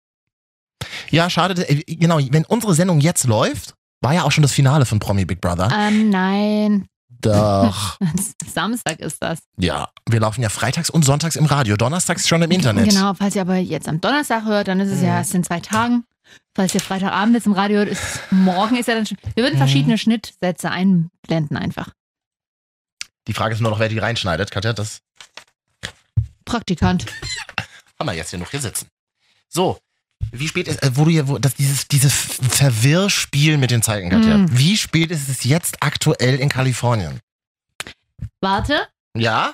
Ja, schade. äh, Genau, wenn unsere Sendung jetzt läuft, war ja auch schon das Finale von Promi Big Brother.
Ähm, nein.
Doch.
Samstag ist das.
ja. Wir laufen ja freitags und sonntags im Radio, donnerstags schon im Internet.
Genau, falls ihr aber jetzt am Donnerstag hört, dann ist es
Mhm.
ja erst in zwei Tagen. Falls ihr Freitagabend jetzt im Radio hört, ist morgen ist ja dann schon. Wir würden
Mhm.
verschiedene Schnittsätze einblenden einfach.
Die Frage ist nur noch, wer die reinschneidet. Katja, das
Praktikant.
haben wir jetzt hier noch hier sitzen. So. Wie spät ist, äh, wo du ja, wo, das, dieses, dieses Verwirrspiel mit den Zeiten, Katja.
Mhm.
Wie spät ist es jetzt aktuell in Kalifornien?
Warte,
Ja?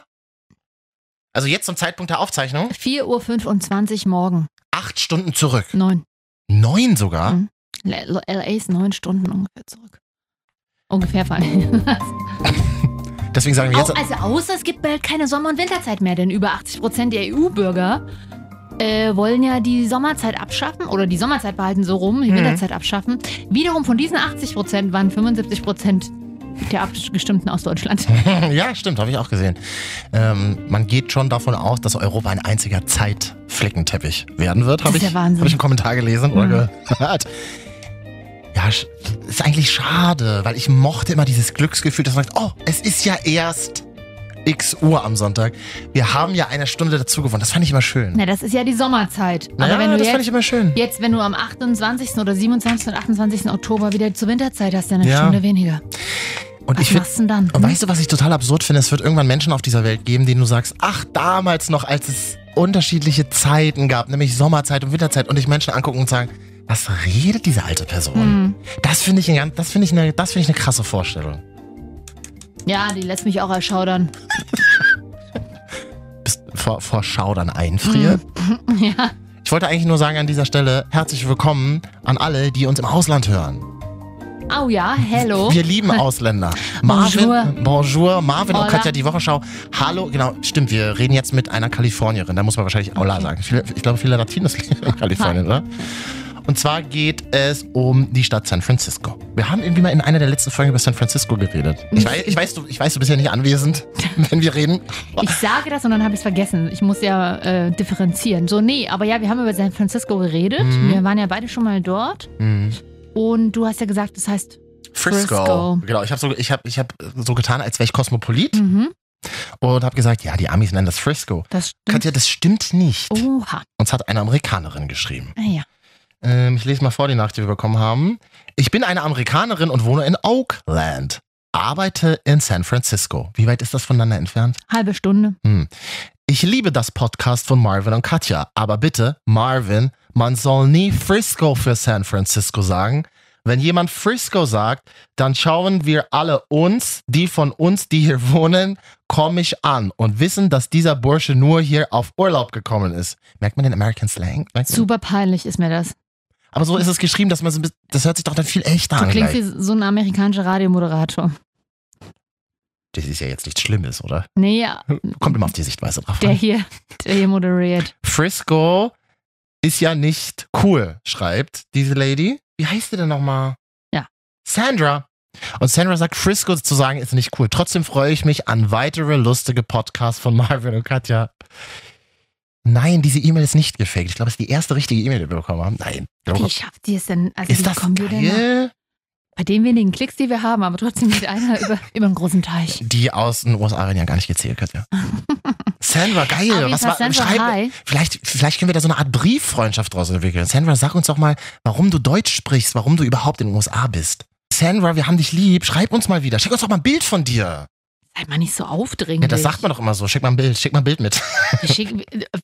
Also jetzt zum Zeitpunkt der Aufzeichnung?
4.25 Uhr morgen.
Acht Stunden zurück.
Neun.
Neun sogar?
Mhm. L- LA ist neun Stunden ungefähr zurück. Ungefähr vor allem.
Deswegen sagen wir Oh. jetzt.
Au- also außer es gibt bald keine Sommer- und Winterzeit mehr, denn über 80 Prozent der EU-Bürger äh, wollen ja die Sommerzeit abschaffen oder die Sommerzeit behalten so rum, die
Mhm.
Winterzeit abschaffen. Wiederum von diesen 80 Prozent waren 75 Prozent der Abgestimmten aus Deutschland.
ja, stimmt, habe ich auch gesehen. Ähm, man geht schon davon aus, dass Europa ein einziger Zeitflickenteppich werden wird, habe
Das
ich,
ist der Wahnsinn.
hab ich einen Kommentar gelesen oder
Mhm.
gehört. Ja, sch- ist eigentlich schade, weil ich mochte immer dieses Glücksgefühl, dass man sagt, oh, es ist ja erst x Uhr am Sonntag. Wir haben ja eine Stunde dazu gewonnen. Das fand ich immer schön.
Na, das ist ja die Sommerzeit. Aber
Ja,
wenn du
das
jetzt,
fand ich immer schön.
Jetzt, wenn du am 28. oder 27. und 28. Oktober wieder zur Winterzeit hast, dann eine
Ja.
Stunde weniger.
Und
Was
ich find-
machst du denn dann?
Und weißt du, was ich total absurd finde? Es wird irgendwann Menschen auf dieser Welt geben, denen du sagst, ach, damals noch, als es unterschiedliche Zeiten gab, nämlich Sommerzeit und Winterzeit, und dich Menschen angucken und sagen, was redet diese alte Person?
Hm.
Das finde ich, ein ganz- das finde ich, eine, das finde ich eine krasse Vorstellung.
Ja, die lässt mich auch erschaudern.
Vor, vor Schaudern einfrieren.
ja.
Ich wollte eigentlich nur sagen an dieser Stelle, herzlich willkommen an alle, die uns im Ausland hören.
Au ja, hello.
Wir lieben Ausländer. Marvin,
Bonjour.
Bonjour, Marvin
Hola.
und Katja, die Wochenschau. Hallo, genau, stimmt, wir reden jetzt mit einer Kalifornierin. Da muss man wahrscheinlich Aula sagen. Viele, ich glaube, viele Latinos leben in Kalifornien, oder? Und zwar geht es um die Stadt San Francisco. Wir haben irgendwie mal in einer der letzten Folgen über San Francisco geredet.
Mhm.
Ich weiß, ich weiß, du, ich weiß du bist ja nicht anwesend, wenn wir reden.
Ich sage das und dann habe ich es vergessen. Ich muss ja äh, differenzieren. So, nee, aber ja, wir haben über San Francisco geredet.
Mhm.
Wir waren ja beide schon mal dort. Und du hast ja gesagt, das heißt
Frisco.
Frisco. Mhm.
Genau, ich habe so, ich hab, ich hab so getan, als wäre ich Kosmopolit und habe gesagt, ja, die Amis nennen das Frisco.
Das
Katja, das stimmt nicht.
Oha.
Uns hat eine Amerikanerin geschrieben.
Ah ja.
Ähm, ich lese mal vor die Nachricht, die wir bekommen haben. Ich bin eine Amerikanerin und wohne in Oakland. Arbeite in San Francisco. Wie weit ist das voneinander entfernt?
Halbe Stunde.
Hm. Ich liebe das Podcast von Marvin und Katja, aber bitte, Marvin, man soll nie Frisco für San Francisco sagen. Wenn jemand Frisco sagt, dann schauen wir alle uns, die von uns, die hier wohnen, komisch an und wissen, dass dieser Bursche nur hier auf Urlaub gekommen ist. Merkt man den American Slang? Merkt man-
Super peinlich ist mir das.
Aber so ist es geschrieben, dass man so ein bisschen, das hört sich doch dann viel echter
Du
an.
klingst
Gleich.
wie so ein amerikanischer Radiomoderator.
Das ist ja jetzt nichts Schlimmes, oder?
Nee, ja,
Kommt immer auf die Sichtweise drauf
der
an.
hier, der hier moderiert.
Frisco ist ja nicht cool, schreibt diese Lady. Wie heißt sie denn nochmal?
Ja.
Sandra. Und Sandra sagt, Frisco zu sagen ist nicht cool. Trotzdem freue ich mich an weitere lustige Podcasts von Marvin und Katja. Nein, diese E-Mail ist nicht gefaked. Ich glaube, es ist die erste richtige E-Mail, die wir bekommen haben. Nein.
Wie schafft die es denn? Also
Ist
wie
das
kommen wir denn?
geil?
Bei den wenigen Klicks, die wir haben, aber trotzdem geht einer über, über einen großen Teich.
Die aus den USA werden ja gar nicht gezählt, Katja. Sandra, geil.
Auf jeden
Was
Fall,
war,
Sandra,
schreib,
hi.
Vielleicht, vielleicht können wir da so eine Art Brieffreundschaft draus entwickeln. Sandra, sag uns doch mal, warum du Deutsch sprichst, warum du überhaupt in den USA bist. Sandra, wir haben dich lieb. Schreib uns mal wieder. Schick uns doch mal ein Bild von dir.
Sei mal nicht so aufdringlich.
Ja, das sagt man doch immer so. Schick mal ein Bild. Schick mal ein Bild mit.
Ich schick,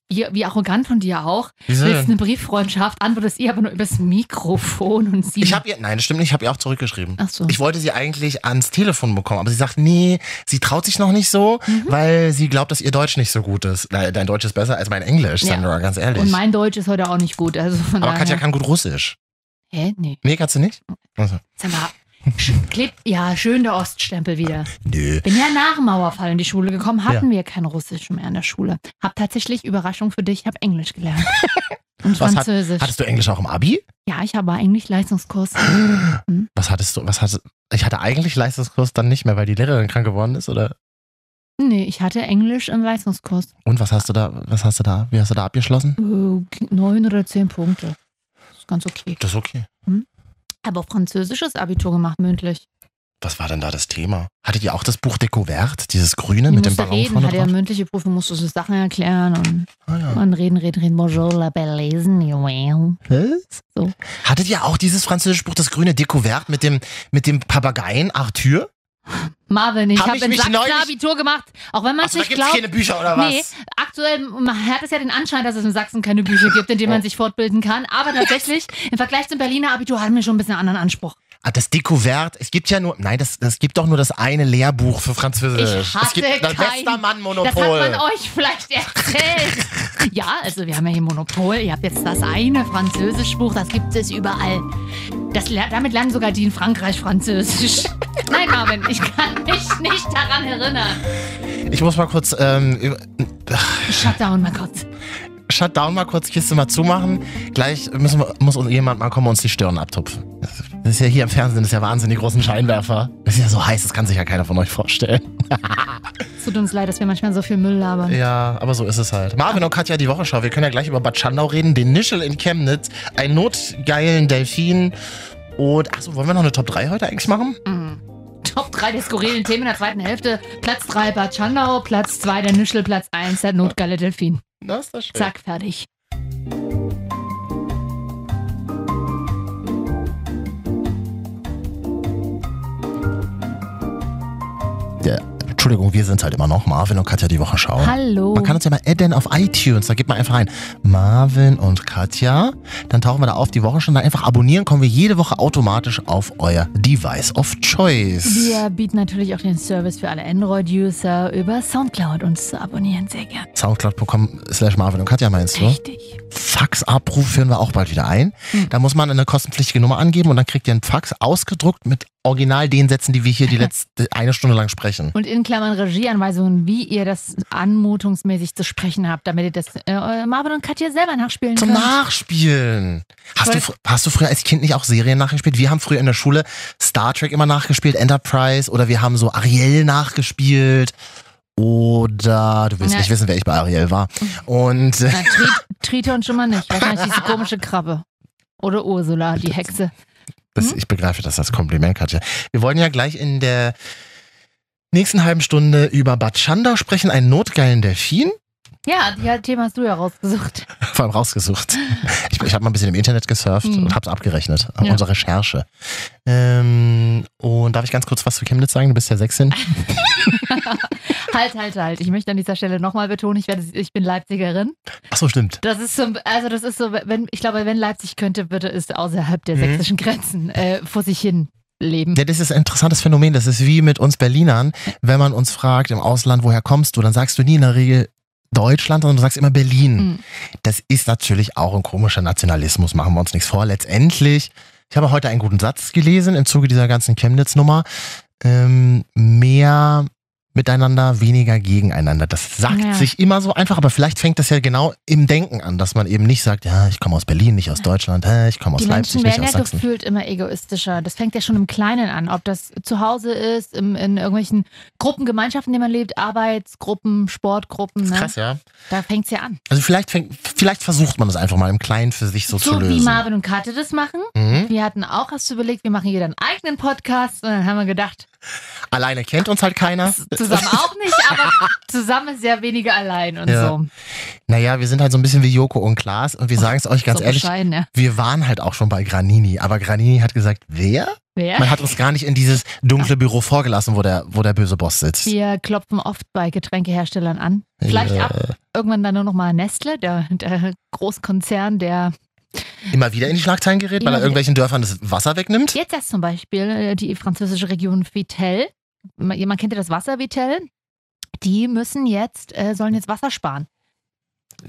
wie, wie arrogant von dir auch.
Wieso
Willst
denn?
eine Brieffreundschaft, antwortest ihr aber nur übers Mikrofon und sie.
Ich habe ihr, nein, das stimmt nicht, ich habe ihr auch zurückgeschrieben.
Ach so.
Ich wollte sie eigentlich ans Telefon bekommen, aber sie sagt, nee, sie traut sich noch nicht so,
Mhm.
weil sie glaubt, dass ihr Deutsch nicht so gut ist. Na, Dein Deutsch ist besser als mein Englisch,
Ja.
Sandra, ganz ehrlich.
und mein Deutsch ist heute auch nicht gut. Also von
aber
daher.
Katja kann gut Russisch.
Hä? Nee.
Nee, kannst du nicht? Also.
Sag mal, sch- klebt, ja, schön der Oststempel wieder.
Nö.
Bin ja nach dem Mauerfall in die Schule gekommen, hatten
Ja.
wir kein Russisch mehr in der Schule. Hab tatsächlich, Überraschung für dich, hab Englisch gelernt. Und
Was hat,
Französisch.
hattest du Englisch auch im Abi?
ja, ich habe eigentlich Leistungskurs.
Was hattest du? Was hatte, ich hatte eigentlich Leistungskurs dann nicht mehr, weil die Lehrerin krank geworden ist, oder?
Nee, ich hatte Englisch im Leistungskurs.
Und was hast du da? Was hast du da? Wie hast du da abgeschlossen?
Äh, Neun oder zehn Punkte. Ist ganz okay.
Das ist okay.
Aber französisches Abitur gemacht, mündlich.
Was war denn da das Thema? Hattet ihr auch das Buch Découvert, dieses Grüne
Ich
mit dem
musste
Ballon
reden,
vorne
hatte ja
drauf?
mündliche Prüfung, musste so Sachen erklären und,
Ah, ja.
und reden, reden, reden. Bonjour, la belle lesen, wow.
Was?
So.
Hattet ihr auch dieses französische Buch, das Grüne Découvert mit dem mit dem Papageien Arthur?
Marvin, ich
Hab
habe
ich
hab in
mich
Sachsen
neulich-
Abitur gemacht, auch wenn man es
Ach so, da
nicht
gibt's
glaubt.
keine Bücher oder was?
Nee, aktuell hat es ja den Anschein, dass es in Sachsen keine Bücher gibt, in denen
Oh.
man sich fortbilden kann. Aber tatsächlich, im Vergleich zum Berliner Abitur hatten wir schon ein bisschen einen anderen Anspruch.
Ah, das Découvert, es gibt ja nur, nein, das, das gibt doch nur das eine Lehrbuch für Französisch.
Ich
Äh, es
hatte
gibt das
kein,
Westermann-Monopol.
Das hat man euch vielleicht erzählt. ja, also wir haben ja hier Monopol. Ihr habt jetzt das eine Französischbuch, das gibt es überall. Das, ler- damit lernen sogar die in Frankreich Französisch. Nein, Marvin, ich kann mich nicht daran erinnern.
Ich muss mal kurz ähm, über-
Shutdown, mein Gott.
Shutdown mal kurz, Kiste mal zumachen. Gleich müssen wir, muss uns jemand mal kommen und uns die Stirn abtupfen. Das ist ja hier im Fernsehen, das ist ja Wahnsinn, die großen Scheinwerfer. Das ist ja so heiß, das kann sich ja keiner von euch vorstellen.
Es tut uns leid, dass wir manchmal so viel Müll labern.
Ja, aber so ist es halt. Marvin und Katja, die Wochenschau. Wir können ja gleich über Bad Schandau reden, den Nischel in Chemnitz, einen notgeilen Delfin und... Achso, wollen wir noch eine Top 3 heute eigentlich machen?
Mm. Top 3 der skurrilen Themen der zweiten Hälfte. Platz 3 Bad Schandau, Platz 2 der Nischel, Platz 1 der Notgalle Delfin.
Das ist das schön.
Zack, fertig.
Der, Entschuldigung, wir sind halt immer noch Marvin und Katja die Wochenschau.
Hallo.
Man kann uns ja mal adden auf iTunes. Da gibt man einfach ein Marvin und Katja. Dann tauchen wir da auf die Wochenschau. Dann einfach abonnieren, kommen wir jede Woche automatisch auf euer Device of Choice.
Wir bieten natürlich auch den Service für alle Android-User über Soundcloud uns zu abonnieren. Sehr gerne.
Soundcloud.com slash Marvin und Katja meinst du?
Richtig.
Faxabruf führen wir auch bald wieder ein. Da muss man eine kostenpflichtige Nummer angeben und dann kriegt ihr einen Fax ausgedruckt mit original den Sätzen, die wir hier die letzte eine Stunde lang sprechen.
Und in Klammern Regieanweisungen, wie ihr das anmutungsmäßig zu sprechen habt, damit ihr das äh, Marvin und Katja selber nachspielen
Zum
könnt.
Nachspielen. Hast du, fr- hast du früher als Kind nicht auch Serien nachgespielt? Wir haben früher in der Schule Star Trek immer nachgespielt, Enterprise oder wir haben so Ariel nachgespielt. Oder du willst
Ja.
nicht wissen, wer ich bei Ariel war. Und äh,
Na, Trit Triton schon mal nicht. Wahrscheinlich diese komische Krabbe. Oder Ursula, die Hexe.
das, ich begreife das als Kompliment, Katja. Wir wollen ja gleich in der nächsten halben Stunde über Bad Schandau sprechen, einen notgeilen Delfin.
Ja, die Thema hast du ja rausgesucht.
Vor allem rausgesucht. Ich, ich habe mal ein bisschen im Internet gesurft
Mhm.
und habe es abgerechnet.
Ja.
Unsere Recherche. Ähm, und darf ich ganz kurz was zu Chemnitz sagen? Du bist ja Sechsin.
Halt, halt, halt. Ich möchte an dieser Stelle nochmal betonen, ich, werde, ich bin Leipzigerin.
Ach so, stimmt.
Das ist so, also das ist so, wenn, ich glaube, wenn Leipzig könnte, würde es außerhalb der
Mhm.
sächsischen Grenzen äh, vor sich hin leben.
Ja, das ist ein interessantes Phänomen. Das ist wie mit uns Berlinern. Wenn man uns fragt im Ausland, woher kommst du, dann sagst du nie in der Regel Deutschland, sondern du sagst immer Berlin.
Mhm.
Das ist natürlich auch ein komischer Nationalismus, machen wir uns nichts vor. Letztendlich, ich habe heute einen guten Satz gelesen im Zuge dieser ganzen Chemnitz-Nummer. Ähm, mehr miteinander, weniger gegeneinander. Das sagt
Ja.
sich immer so einfach, aber vielleicht fängt das ja genau im Denken an, dass man eben nicht sagt, ja, ich komme aus Berlin, nicht aus Deutschland, hä, ich komme aus
Die
Leipzig,
Menschen
nicht
werden
aus
ja
Sachsen.
gefühlt immer egoistischer. Das fängt ja schon im Kleinen an, ob das zu Hause ist, im, in irgendwelchen Gruppen, Gemeinschaften, in denen man lebt, Arbeitsgruppen, Sportgruppen. Ne?
Krass, ja.
Da fängt es ja an.
Also vielleicht, fängt, vielleicht versucht man das einfach mal im Kleinen für sich so, zu
So wie
lösen.
Marvin und Karte das machen.
Mhm.
Wir hatten auch erst überlegt, wir machen jeder einen eigenen Podcast und dann haben wir gedacht,
Alleine kennt uns halt keiner.
zusammen auch nicht, aber zusammen ist ja weniger allein und
Ja.
so.
Naja, wir sind halt so ein bisschen wie Joko und Klaas und wir sagen es euch ganz
so
ehrlich,
bescheiden, ja.
wir waren halt auch schon bei Granini, aber Granini hat gesagt, wer?
Wer?
Man hat uns gar nicht in dieses dunkle Büro vorgelassen, wo der, wo der böse Boss sitzt.
Wir klopfen oft bei Getränkeherstellern an. Vielleicht
Ja.
ab irgendwann dann nur noch mal Nestle, der, der Großkonzern, der
Immer wieder in die Schlagzeilen gerät,
Immer
weil er
wieder.
irgendwelchen Dörfern das Wasser wegnimmt.
jetzt erst zum Beispiel äh, die französische Region Vitel. Man man kennt ja das Wasser Vitel. Die müssen jetzt, äh, sollen jetzt Wasser sparen.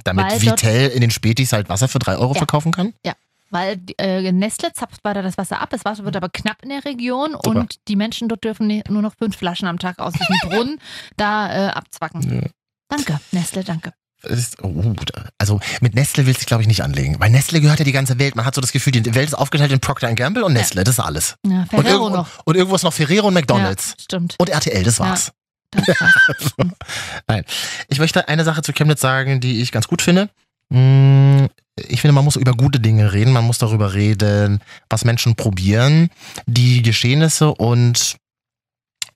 Damit
Weil dort-
Vitel in den Spätis halt Wasser für drei Euro
Ja.
verkaufen kann.
Ja, weil die, äh, Nestle zapft weiter das Wasser ab. Das Wasser wird aber knapp in der Region
Super.
und die Menschen dort dürfen ne- nur noch fünf Flaschen am Tag aus diesem Brunnen da äh, abzwacken.
Ja.
Danke, Nestle, danke.
Das Ist, oh, gut. also mit Nestle willst du, glaube ich, nicht anlegen. Weil Nestle gehört ja die ganze Welt. Man hat so das Gefühl, die Welt ist aufgeteilt in Procter Gamble und Nestle. Das ist alles.
Ja,
Und,
Ferrero
irgendwo-
noch.
und irgendwo ist noch Ferrero und McDonalds.
Ja, stimmt.
Und RTL, das war's.
Das war's.
Nein. Ich möchte eine Sache zu Chemnitz sagen, die ich ganz gut finde. Mm, Ich finde, man muss über gute Dinge reden. Man muss darüber reden, was Menschen probieren, die Geschehnisse und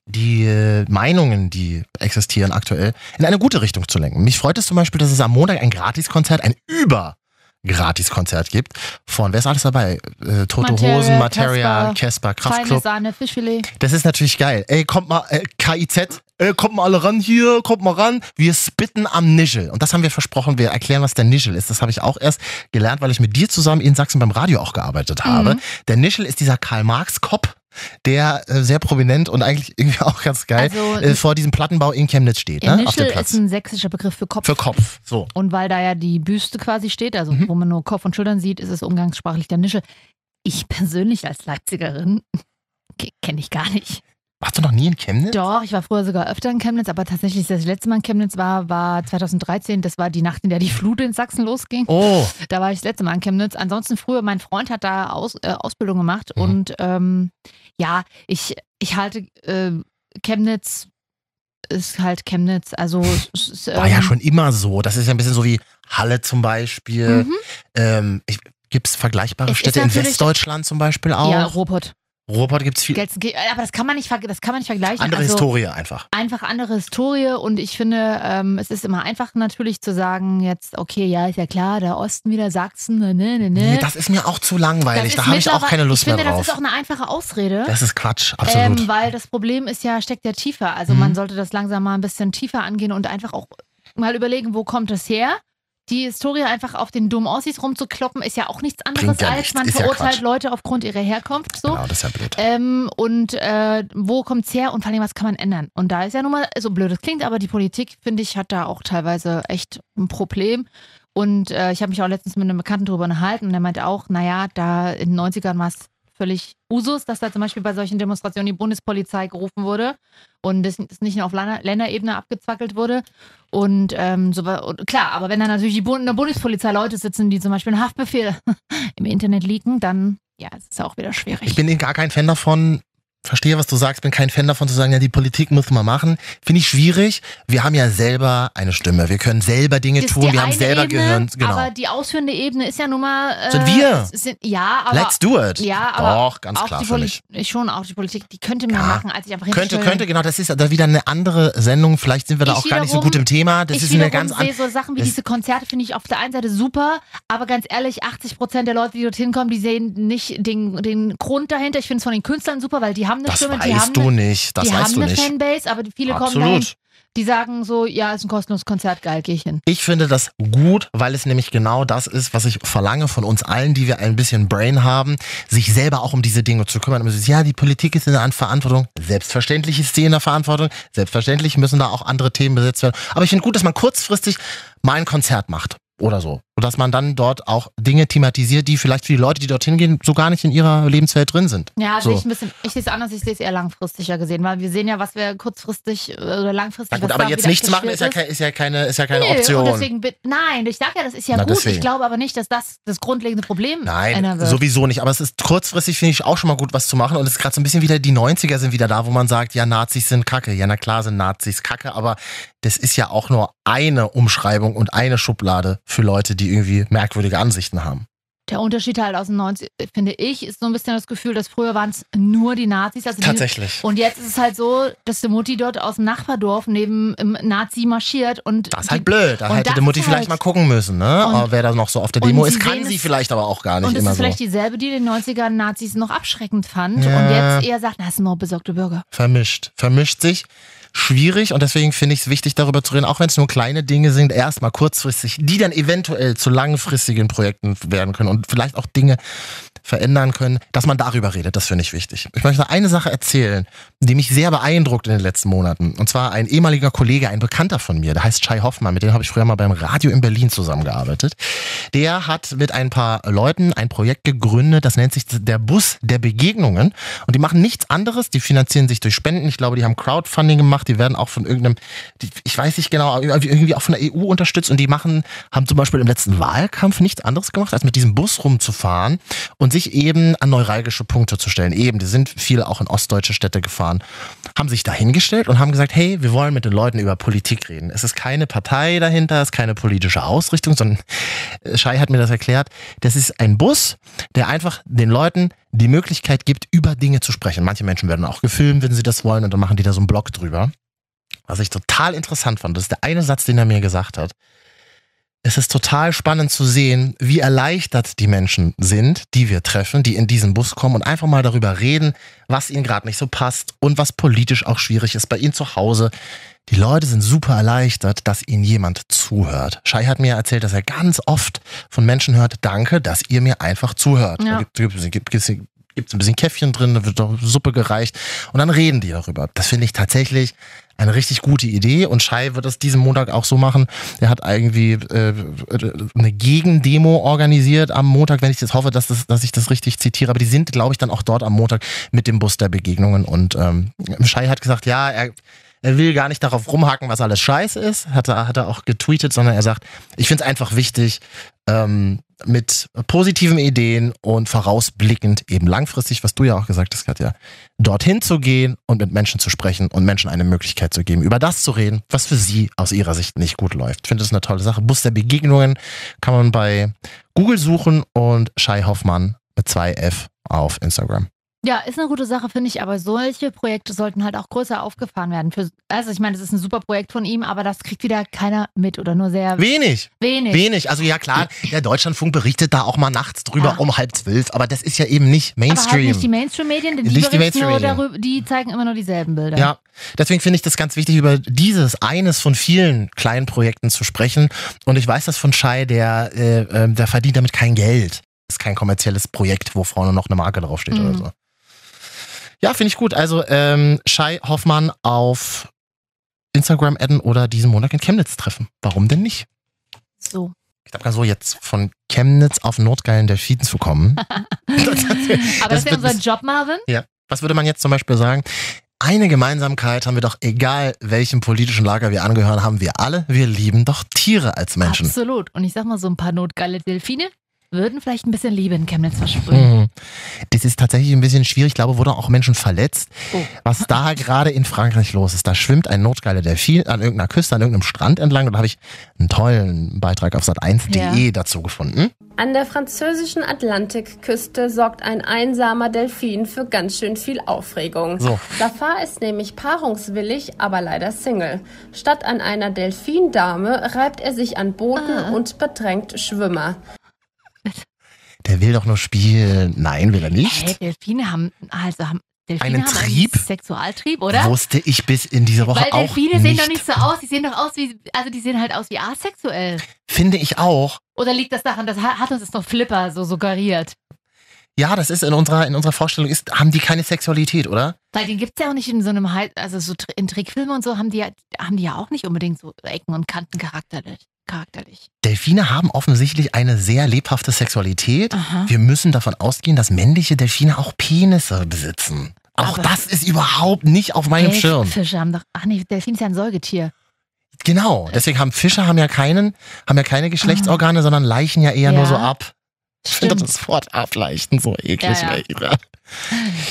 die äh, Meinungen, die existieren aktuell, in eine gute Richtung zu lenken. Mich freut es zum Beispiel, dass es am Montag ein Gratiskonzert, ein über Gratiskonzert gibt. Von, wer ist alles dabei? Äh, Toto
Materia,
Hosen, Materia,
Casper, Feine
Casper, Kraftklub.
Sahne, Fischfilet.
Das ist natürlich geil. Ey, kommt mal, äh, KIZ, äh, kommt mal alle ran hier, kommt mal ran. Wir spitten am Nischel. Und das haben wir versprochen. Wir erklären, was der Nischel ist. Das habe ich auch erst gelernt, weil ich mit dir zusammen in Sachsen beim Radio auch gearbeitet habe.
Mhm.
Der Nischel ist dieser Karl-Marx-Kopf. Der äh, sehr prominent und eigentlich irgendwie auch ganz geil
Also,
äh, vor diesem Plattenbau in Chemnitz steht,
Der
ne? auf
Nischel
dem
ist
Platz.
ein sächsischer Begriff für Kopf.
Für Kopf. Mhm. So.
Und weil da ja die Büste quasi steht, also wo man nur Kopf und Schultern sieht, ist es umgangssprachlich der Nischel. Ich persönlich als Leipzigerin kenne ich gar nicht.
Warst du noch nie in Chemnitz?
Doch, ich war früher sogar öfter in Chemnitz, aber tatsächlich das letzte Mal in Chemnitz war, war 2013. Das war die Nacht, in der die Flut in Sachsen losging.
Oh,
Da war ich das letzte Mal in Chemnitz. Ansonsten früher, mein Freund hat da Aus, äh, Ausbildung gemacht
Mhm.
und ähm, ja, ich, ich halte äh, Chemnitz ist halt Chemnitz. Also es ist,
war ja
ähm,
schon immer so. Das ist ja ein bisschen so wie Halle zum Beispiel.
Mhm.
Ähm, Gibt es vergleichbare
Es ist
Städte in
natürlich-
Westdeutschland zum Beispiel auch?
Ja, Robot.
Ruhrpott gibt es viel.
Gelsenkirchen, Äh, aber das kann man nicht, ver- das kann man nicht vergleichen.
Andere
also,
Historie einfach.
Einfach andere Historie und ich finde, ähm, es ist immer einfach natürlich zu sagen, jetzt, okay, ja, ist ja klar, der Osten wieder, Sachsen, ne, ne, ne.
Nee, das ist mir auch zu langweilig.
Das
Da
ist
habe ich auch
mittlerweile-
keine Lust
ich finde,
mehr drauf.
Das ist auch eine einfache Ausrede.
Das ist Quatsch, absolut.
Ähm, weil das Problem ist ja, steckt ja tiefer. Also
Mhm.
man sollte das langsam mal ein bisschen tiefer angehen und einfach auch mal überlegen, wo kommt das her? Die Historie einfach auf den dummen Aussies rumzukloppen, ist ja auch nichts anderes,
Bringt ja
als
nichts,
man
ist ja
verurteilt
Quatsch.
Leute aufgrund ihrer Herkunft. So.
Genau, das ist ja blöd.
Ähm, und äh, wo kommt's her und vor allem, was kann man ändern? Und da ist ja nun mal, so blöd es klingt, aber die Politik, finde ich, hat da auch teilweise echt ein Problem. Und äh, ich habe mich auch letztens mit einem Bekannten drüber unterhalten und der meinte auch, naja, da in den 90ern war es völlig Usus, dass da zum Beispiel bei solchen Demonstrationen die Bundespolizei gerufen wurde und das das nicht nur auf Länder- Länderebene abgezwackelt wurde. Und, ähm, so, war- und klar, aber wenn da natürlich die Bu- in der Bundespolizei Leute sitzen, die zum Beispiel einen Haftbefehl im Internet liegen, dann ja, es ist auch wieder schwierig.
Ich bin eben gar kein Fan davon. Verstehe, was du sagst, bin kein Fan davon zu sagen, ja, die Politik muss man machen. Finde ich schwierig. Wir haben ja selber eine Stimme. Wir können selber Dinge
Das ist
tun.
die
Wir haben
eine
selber
Ebene,
Gehirn. Genau.
Aber die ausführende Ebene ist ja nun mal. Äh,
Sind wir.
Sind, ja, aber.
Let's do it.
Ja, aber.
Doch, ganz
auch
klar
die
für
Poli- Schon auch die Politik, die könnte man
Ja.
machen, als ich einfach
Könnte,
hinstellen.
könnte, genau, das ist da wieder eine andere Sendung. Vielleicht sind wir da
Ich
auch gar nicht so
wiederum-
gut im Thema. Das
ich
ist eine
wiederum
ganz
sehe
andere.
so Sachen wie
das-
diese Konzerte finde ich auf der einen Seite super, aber ganz ehrlich, 80 Prozent der Leute, die dorthin kommen, die sehen nicht den, den Grund dahinter. Ich finde es von den Künstlern super, weil die haben eine
Das
Stimme, die
weißt
haben
du
eine,
nicht. Das
die
weißt
haben
du
eine
nicht.
Fanbase, aber die- viele kommen
Absolut.
dahin, die sagen so, ja, ist ein kostenloses Konzert, geil, gehe ich hin.
Ich finde das gut, weil es nämlich genau das ist, was ich verlange von uns allen, die wir ein bisschen Brain haben, sich selber auch um diese Dinge zu kümmern. Und es ist, Ja, die Politik ist in der Verantwortung. Selbstverständlich ist sie in der Verantwortung. Selbstverständlich müssen da auch andere Themen besetzt werden. Aber ich finde gut, dass man kurzfristig mal ein Konzert macht oder so. Und dass man dann dort auch Dinge thematisiert, die vielleicht für die Leute, die dorthin gehen, so gar nicht in ihrer Lebenswelt drin sind.
Ja,
so.
sehe ich ein bisschen. Ich sehe es anders, ich sehe es eher langfristiger gesehen, weil wir sehen ja, was wir kurzfristig äh, oder langfristig.
Na gut,
was
aber
da
jetzt
wieder
nichts machen ist ja,
abgespielt
ke- ist ja keine, ist ja keine
Nö, und
Option.
Deswegen, bit- nein, ich sage ja, das ist ja
Na,
gut.
deswegen.
Ich glaube aber nicht, dass das das grundlegende Problem einer
Nein,
wird.
sowieso nicht. Aber es ist kurzfristig, finde ich, auch schon mal gut, was zu machen. Und es ist gerade so ein bisschen wieder, die 90er sind wieder da, wo man sagt, ja, Nazis sind kacke. Ja, na klar sind Nazis kacke, aber das ist ja auch nur eine Umschreibung und eine Schublade für Leute, die irgendwie merkwürdige Ansichten haben.
Der Unterschied halt aus den 90 finde ich, ist so ein bisschen das Gefühl, dass früher waren es nur die Nazis. Also
Tatsächlich.
Die, und jetzt ist es halt so, dass die Mutti dort aus dem Nachbardorf neben im Nazi marschiert und
Das ist halt blöd. Da
und
hätte
das
die Mutti
ist
vielleicht
halt-
mal gucken müssen, ne?
Und-
Aber wer da noch so auf der
und
Demo
sie
ist, kann
sehen
sie
es-
vielleicht aber auch gar nicht
Und es
immer
ist
so.
vielleicht dieselbe, die den 90ern Nazis noch abschreckend fand und
Ja.
jetzt eher sagt, na, das sind nur besorgte Bürger.
Vermischt. Vermischt sich. Schwierig und deswegen finde ich es wichtig, darüber zu reden, auch wenn es nur kleine Dinge sind, erstmal kurzfristig, die dann eventuell zu langfristigen Projekten werden können und vielleicht auch Dinge verändern können, dass man darüber redet. Das finde ich wichtig. Ich möchte eine Sache erzählen, die mich sehr beeindruckt in den letzten Monaten. Und zwar ein ehemaliger Kollege, ein Bekannter von mir, der heißt Shai Hoffmann, mit dem habe ich früher mal beim Radio in Berlin zusammengearbeitet. Der hat mit ein paar Leuten ein Projekt gegründet, das nennt sich der Bus der Begegnungen. Und die machen nichts anderes, die finanzieren sich durch Spenden. Ich glaube, die haben Crowdfunding gemacht, die werden auch von irgendeinem, die, ich weiß nicht genau, aber irgendwie auch von der EU unterstützt und die machen, haben zum Beispiel im letzten Wahlkampf nichts anderes gemacht, als mit diesem Bus rumzufahren und sich eben an neuralgische Punkte zu stellen. Eben, die sind viel auch in ostdeutsche Städte gefahren, haben sich dahingestellt und haben gesagt, hey, wir wollen mit den Leuten über Politik reden. Es ist keine Partei dahinter, es ist keine politische Ausrichtung, sondern äh, Shai hat mir das erklärt, das ist ein Bus, der einfach den Leuten die Möglichkeit gibt, über Dinge zu sprechen. Manche Menschen werden auch gefilmt, wenn sie das wollen, und dann machen die da so einen Blog drüber. Was ich total interessant fand, das ist der eine Satz, den er mir gesagt hat. Es ist total spannend zu sehen, wie erleichtert die Menschen sind, die wir treffen, die in diesen Bus kommen und einfach mal darüber reden, was ihnen gerade nicht so passt und was politisch auch schwierig ist bei ihnen zu Hause. Die Leute sind super erleichtert, dass ihnen jemand zuhört. Shai hat mir erzählt, dass er ganz oft von Menschen hört, danke, dass ihr mir einfach zuhört.
Ja.
Da gibt- gibt, gibt, gibt, gibt ein bisschen Käffchen drin, da wird doch Suppe gereicht und dann reden die darüber. Das finde ich tatsächlich eine richtig gute Idee und Shai wird das diesen Montag auch so machen. Der hat irgendwie äh, eine Gegendemo organisiert am Montag, wenn ich das hoffe, dass, das, dass ich das richtig zitiere. Aber die sind, glaube ich, dann auch dort am Montag mit dem Bus der Begegnungen und ähm, Shai hat gesagt, ja, er er will gar nicht darauf rumhaken, was alles scheiße ist, hat er, hat er auch getweetet, sondern er sagt, ich finde es einfach wichtig, ähm, mit positiven Ideen und vorausblickend eben langfristig, was du ja auch gesagt hast, Katja, dorthin zu gehen und mit Menschen zu sprechen und Menschen eine Möglichkeit zu geben, über das zu reden, was für sie aus ihrer Sicht nicht gut läuft. Ich finde das eine tolle Sache. Bus der Begegnungen kann man bei Google suchen und Shai Hoffmann mit 2F auf Instagram.
Ja, ist eine gute Sache, finde ich, aber solche Projekte sollten halt auch größer aufgefahren werden. Für, also ich meine, das ist ein super Projekt von ihm, aber das kriegt wieder keiner mit oder nur sehr
Wenig.
Wenig.
Wenig. Also ja klar, der Deutschlandfunk berichtet da auch mal nachts drüber um halb zwölf, aber das ist ja eben nicht
Aber halt
Mainstream.
nicht die Mainstream-Medien, denn die,
Nicht die
berichten nur
Mainstream-Medien.
darüber, die zeigen immer nur dieselben Bilder.
ja, deswegen finde ich das ganz wichtig, über dieses eines von vielen kleinen Projekten zu sprechen. Und ich weiß das von Shai, der, äh, ähm, der verdient damit kein Geld. Ist kein kommerzielles Projekt, wo vorne noch eine Marke draufsteht
Mhm.
oder so. Ja, finde ich gut. Also ähm, Shai Hoffmann auf Instagram adden oder diesen Montag in Chemnitz treffen. Warum denn nicht?
So.
Ich glaube, so jetzt von Chemnitz auf notgeilen Delfin zu kommen.
Aber das,
Das
ist ja
wird-
unser Job, Marvin.
ja. Was würde man jetzt zum Beispiel sagen? Eine Gemeinsamkeit haben wir doch, egal welchem politischen Lager wir angehören, haben wir alle. Wir lieben doch Tiere als Menschen.
Absolut. Und ich sag mal, so ein paar notgeile Delfine würden vielleicht ein bisschen Liebe in Chemnitz versprühen.
Mhm. Das ist tatsächlich ein bisschen schwierig. Ich glaube, wurden auch Menschen verletzt.
Oh,
Was da gerade in Frankreich los ist, da schwimmt ein notgeiler Delfin an irgendeiner Küste, an irgendeinem Strand entlang. Und da habe ich einen tollen Beitrag auf sat1.de
Ja.
dazu gefunden.
An der französischen Atlantikküste sorgt ein einsamer Delfin für ganz schön viel Aufregung.
So.
Safar ist nämlich paarungswillig, aber leider Single. Statt an einer Delfindame reibt er sich an Booten
Ah.
und bedrängt Schwimmer.
Der will doch nur spielen. Nein, will er nicht.
Hey, Delfine haben, also haben, Delfine
Einen
haben
Trieb?
einen Sexualtrieb, oder?
Wusste ich bis in dieser Woche
Weil
auch
Delfine
nicht.
sehen doch nicht so aus. Die sehen doch aus wie, also die sehen halt aus wie asexuell.
Finde ich auch.
Oder liegt das daran, das hat uns das noch Flipper so suggeriert?
Ja, das ist in unserer, in unserer Vorstellung, ist, haben die keine Sexualität, oder?
Weil den gibt's ja auch nicht in so einem, Hal- also so Tri- in Trickfilmen und so haben die ja, haben die ja auch nicht unbedingt so Ecken und Kanten charakterlich. charakterlich.
Delfine haben offensichtlich eine sehr lebhafte Sexualität.
Aha.
Wir müssen davon ausgehen, dass männliche Delfine auch Penisse besitzen. Auch
Aber-
das ist überhaupt nicht auf meinem Schirm.
Fische haben doch, ach nee, Delfin ist ja ein Säugetier. Äh.
Genau. Deswegen haben Fische haben ja keinen, haben ja keine Geschlechtsorgane, sondern leichen ja eher nur
Ah. Ja.
so ab. Ich finde
Stimmt.
das Wort ableichen so eklig.
Ja, ja.
Leila.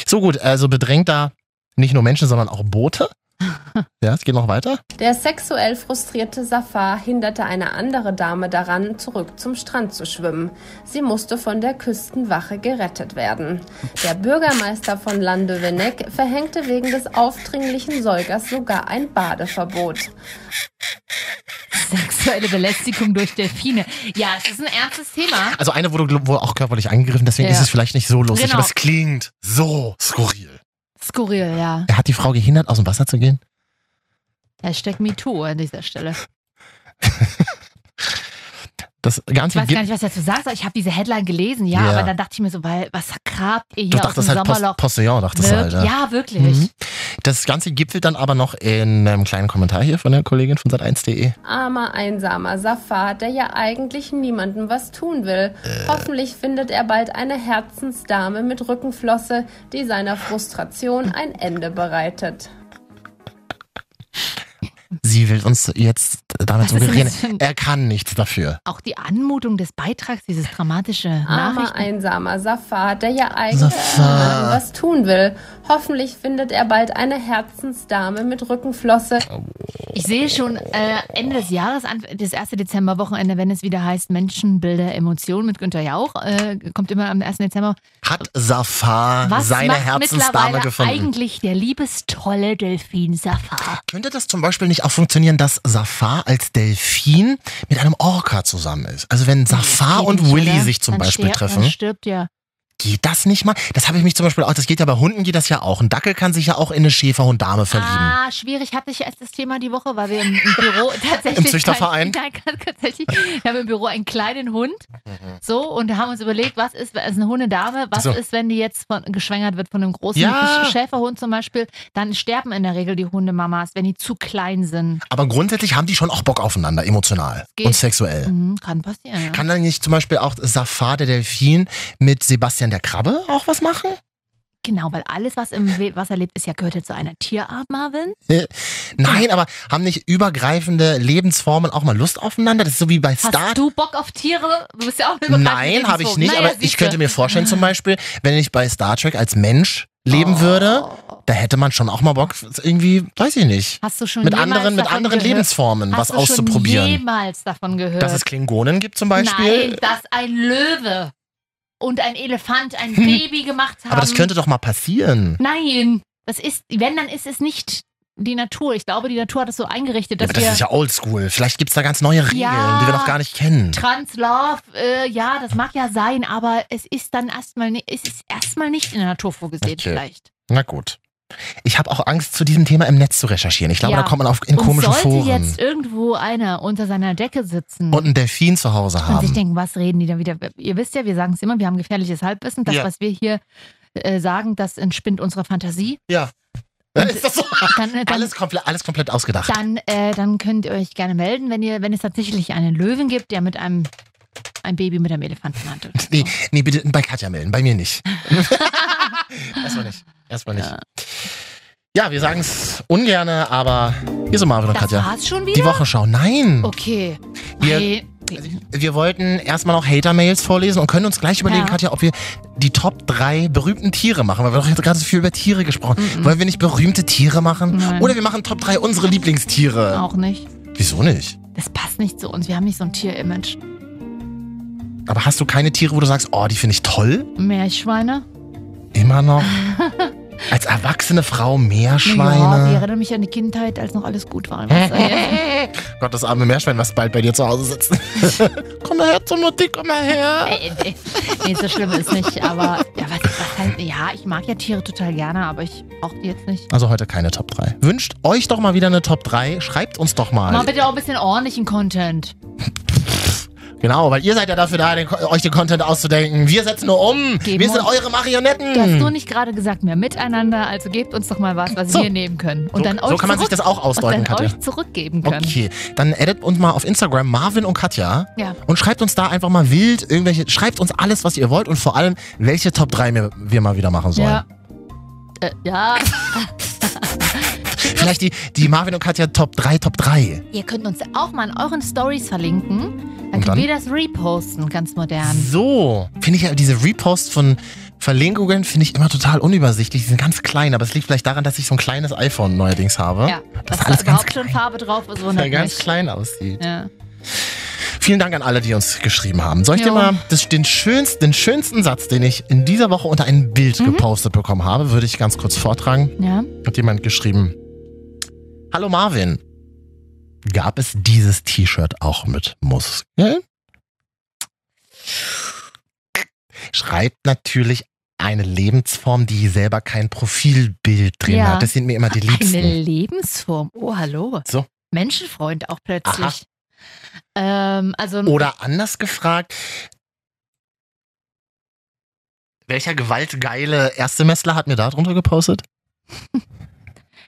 So gut, also bedrängt da nicht nur Menschen, sondern auch Boote. Ja, es geht noch weiter.
Der sexuell frustrierte Safar hinderte eine andere Dame daran, zurück zum Strand zu schwimmen. Sie musste von der Küstenwache gerettet werden. Der Bürgermeister von Landewenneck verhängte wegen des aufdringlichen Säugers sogar ein Badeverbot.
Sexuelle Belästigung durch Delfine. Ja, es ist ein ernstes Thema.
Also eine wurde gl- wohl auch körperlich angegriffen, deswegen
Ja.
ist es vielleicht nicht so lustig,
Genau.
aber es klingt so skurril.
Skurril, ja.
Er hat die Frau gehindert, aus dem Wasser zu gehen.
Hashtag MeToo an dieser Stelle.
Das
Ich
Ganze
weiß
gibt-
gar nicht, was du dazu sagst, aber ich habe diese Headline gelesen, ja,
Ja.
aber dann dachte ich mir so, weil, was grabt ihr
Du
hier aus dem
dachtest halt Post-
Sommerloch?
Postillon, dachtest
Wirk-
halt. Ja,
ja, wirklich.
Das Ganze gipfelt dann aber noch in einem kleinen Kommentar hier von der Kollegin von sat1.de.
Armer, einsamer Safar, der ja eigentlich niemandem was tun will. Hoffentlich findet er bald eine Herzensdame mit Rückenflosse, die seiner Frustration ein Ende bereitet.
Sie will uns jetzt damit
Was ist denn
suggerieren,
das für ein-
er kann nichts dafür.
Auch die Anmutung des Beitrags, dieses dramatische
Armer,
Nachricht.
einsamer Safar, der ja eigentlich
Ah, Safar.
niemandem was tun will. Hoffentlich findet er bald eine Herzensdame mit Rückenflosse.
Ich sehe schon äh, Ende des Jahres, Anf- das erste Dezemberwochenende, wenn es wieder heißt Menschenbilder, Emotionen mit Günther Jauch, äh, kommt immer am 1. Dezember.
Hat Safar
Was
Ah, seine
macht
Herzensdame
mittlerweile
gefunden?
eigentlich der liebestolle Delfin Safar?
Könnte das zum Beispiel nicht auch funktionieren, dass Safar als Delfin mit einem Orca zusammen ist? Also wenn Safar
Geht
und
nicht,
Willy
oder?
sich zum
Dann
Beispiel
stirbt-
treffen,
Dann stirbt ja.
geht das nicht mal? Das habe ich mich zum Beispiel auch, das geht ja bei Hunden geht das ja auch. Ein Dackel kann sich ja auch in eine Schäferhunddame verlieben.
Ah, schwierig hatte ich erst das Thema die Woche, weil wir im, im Büro tatsächlich.
Im Züchterverein?
Kein, nein, tatsächlich. Wir haben im Büro einen kleinen Hund. So, und haben uns überlegt, was ist, wenn- ist eine Hundedame, was
Mhm. So.
ist, wenn die jetzt von, geschwängert wird von einem großen
Ja.
Sch- Schäferhund zum Beispiel, dann sterben in der Regel die Hundemamas, wenn die zu klein sind.
Aber grundsätzlich haben die schon auch Bock aufeinander, emotional
Geht.
und sexuell.
Mhm, kann passieren. Ja.
Kann dann nicht zum Beispiel auch Safar der Delfin mit Sebastian der Krabbe auch was machen?
Genau, weil alles, was im We- Wasser lebt, ist ja gehört ja zu einer Tierart, Marvin.
Äh, Nein, aber haben nicht übergreifende Lebensformen auch mal Lust aufeinander? Das ist so wie bei Star.
Hast du Bock auf Tiere? Du bist ja auch eine übergreifende
Nein, habe ich
Lebensform.
nicht,
Naja,
aber ich
siehste.
könnte mir vorstellen, zum Beispiel, wenn ich bei Star Trek als Mensch
Oh.
leben würde, da hätte man schon auch mal Bock, irgendwie, weiß ich nicht.
Hast du schon
mit
Hm, jemals
anderen, mit
davon
anderen
gehört?
Lebensformen
Hast
was
du
auszuprobieren.
Schon jemals davon gehört.
Dass es Klingonen gibt zum Beispiel.
Nein, dass ein Löwe und ein Elefant ein
Hm.
Baby gemacht haben.
Aber das könnte doch mal passieren.
ähm, Nein, das ist, wenn, dann ist es nicht die Natur. Ich glaube, die Natur hat es so eingerichtet,
Ja,
dass
aber das
wir
ist ja oldschool. Vielleicht gibt es da ganz neue Regeln,
Ja.
die wir noch gar nicht kennen.
Translove, äh, ja, das mag ja sein, aber es ist dann erstmal nicht, es ist erstmal nicht in der Natur vorgesehen,
Okay.
vielleicht.
Na gut. Ich habe auch Angst, zu diesem Thema im Netz zu recherchieren. Ich glaube,
ja.
da kommt man auf in
und
komischen
sollte
Foren.
jetzt irgendwo einer unter seiner Decke sitzen
und einen Delfin zu Hause
und sich
haben.
denken, was reden die da wieder? Ihr wisst ja, wir sagen es immer, wir haben gefährliches Halbwissen. Das,
Ja.
was wir hier äh, sagen, das entspinnt unsere Fantasie.
Ja. Ist das so?
Dann, äh, dann,
Alles komplett, alles komplett ausgedacht.
dann, äh, dann könnt ihr euch gerne melden, wenn, ihr, wenn es tatsächlich einen Löwen gibt, der mit einem ein Baby mit einem Elefanten handelt.
Nee, nee, bitte bei Katja melden, bei mir nicht. Erstmal nicht. Erstmal nicht. Ja, wir sagen es ungerne, aber hier sind Marvin und
Das
Katja.
war's schon wieder?
Die Wochenschau, nein.
Okay.
Wir- Also
Hey.
Wir wollten erstmal noch Hater-Mails vorlesen und können uns gleich überlegen,
Ja.
Katja, ob wir die Top 3 berühmten Tiere machen, weil wir doch jetzt gerade so viel über Tiere gesprochen haben. Wollen wir nicht berühmte Tiere machen?
Mhm. Nein.
Oder wir machen Top 3 unsere Lieblingstiere.
Auch nicht.
Wieso nicht?
Das passt nicht zu uns. Wir haben nicht so ein Tier-Image.
Aber hast du keine Tiere, wo du sagst, oh, die finde ich toll?
Meerschweine?
Immer noch? Als erwachsene Frau
Ja, ich
Meerschweine.
erinnere mich an die Kindheit, als noch alles gut war. im Wasser. Ey,
Gott, das arme Meerschwein, was bald bei dir zu Hause sitzt. komm mal her zur Mutti, komm mal her.
ey, ey. nee, so schlimm ist nicht. Aber ja, was, was halt, ja, ich mag ja Tiere total gerne, aber ich brauche die jetzt nicht.
Also heute keine Top 3. Wünscht euch doch mal wieder eine Top 3. Schreibt uns doch mal.
Mal bitte auch ein bisschen ordentlichen Content.
Mhm. Genau, weil ihr seid ja dafür da, den, euch den Content auszudenken. Wir setzen nur um. wir sind eure Marionetten.
Du hast nur nicht gerade gesagt, mehr miteinander. Also gebt uns doch mal was, was wir nehmen können. Und
So-
dann euch
so kann man sich
zurück-
das auch ausdeuten,
und dann
Katja.
euch zurückgeben können.
Okay, dann edit uns mal auf Instagram Marvin und Katja
Ja.
und schreibt uns da einfach mal wild irgendwelche, schreibt uns alles, was ihr wollt und vor allem, welche Top 3 wir, wir mal wieder machen sollen.
Ja. Äh, ja.
Vielleicht die, die Marvin und Katja Top 3, Top 3.
Ihr könnt uns auch mal in euren Stories verlinken. Dann können wir
dann?
das reposten, ganz modern.
So, finde ich ja diese Reposts von Verlinkungen finde ich immer total unübersichtlich. Die sind ganz klein, aber es liegt vielleicht daran, dass ich so ein kleines iPhone neuerdings habe.
Ja,
das
dass
ist
da
alles ganz
überhaupt schon Farbe drauf ist,
der
wundert
ganz
mich.
klein aussieht.
Ja.
Vielen Dank an alle, die uns geschrieben haben. Soll ich
Jo.
dir mal das, den, schönsten, den schönsten Satz, den ich in dieser Woche unter ein Bild
Mhm.
gepostet bekommen habe, würde ich ganz kurz vortragen.
ja.
Hat jemand geschrieben, Hallo Marvin, gab es dieses T-Shirt auch mit Muskeln? Schreibt natürlich eine Lebensform, die selber kein Profilbild drin
Ja.
hat. Das sind mir immer die Liebsten.
Eine Lebensform. Oh, hallo.
So.
Menschenfreund auch plötzlich. Ähm, also
Oder anders gefragt, welcher gewaltgeile Erstsemestler hat mir da drunter gepostet?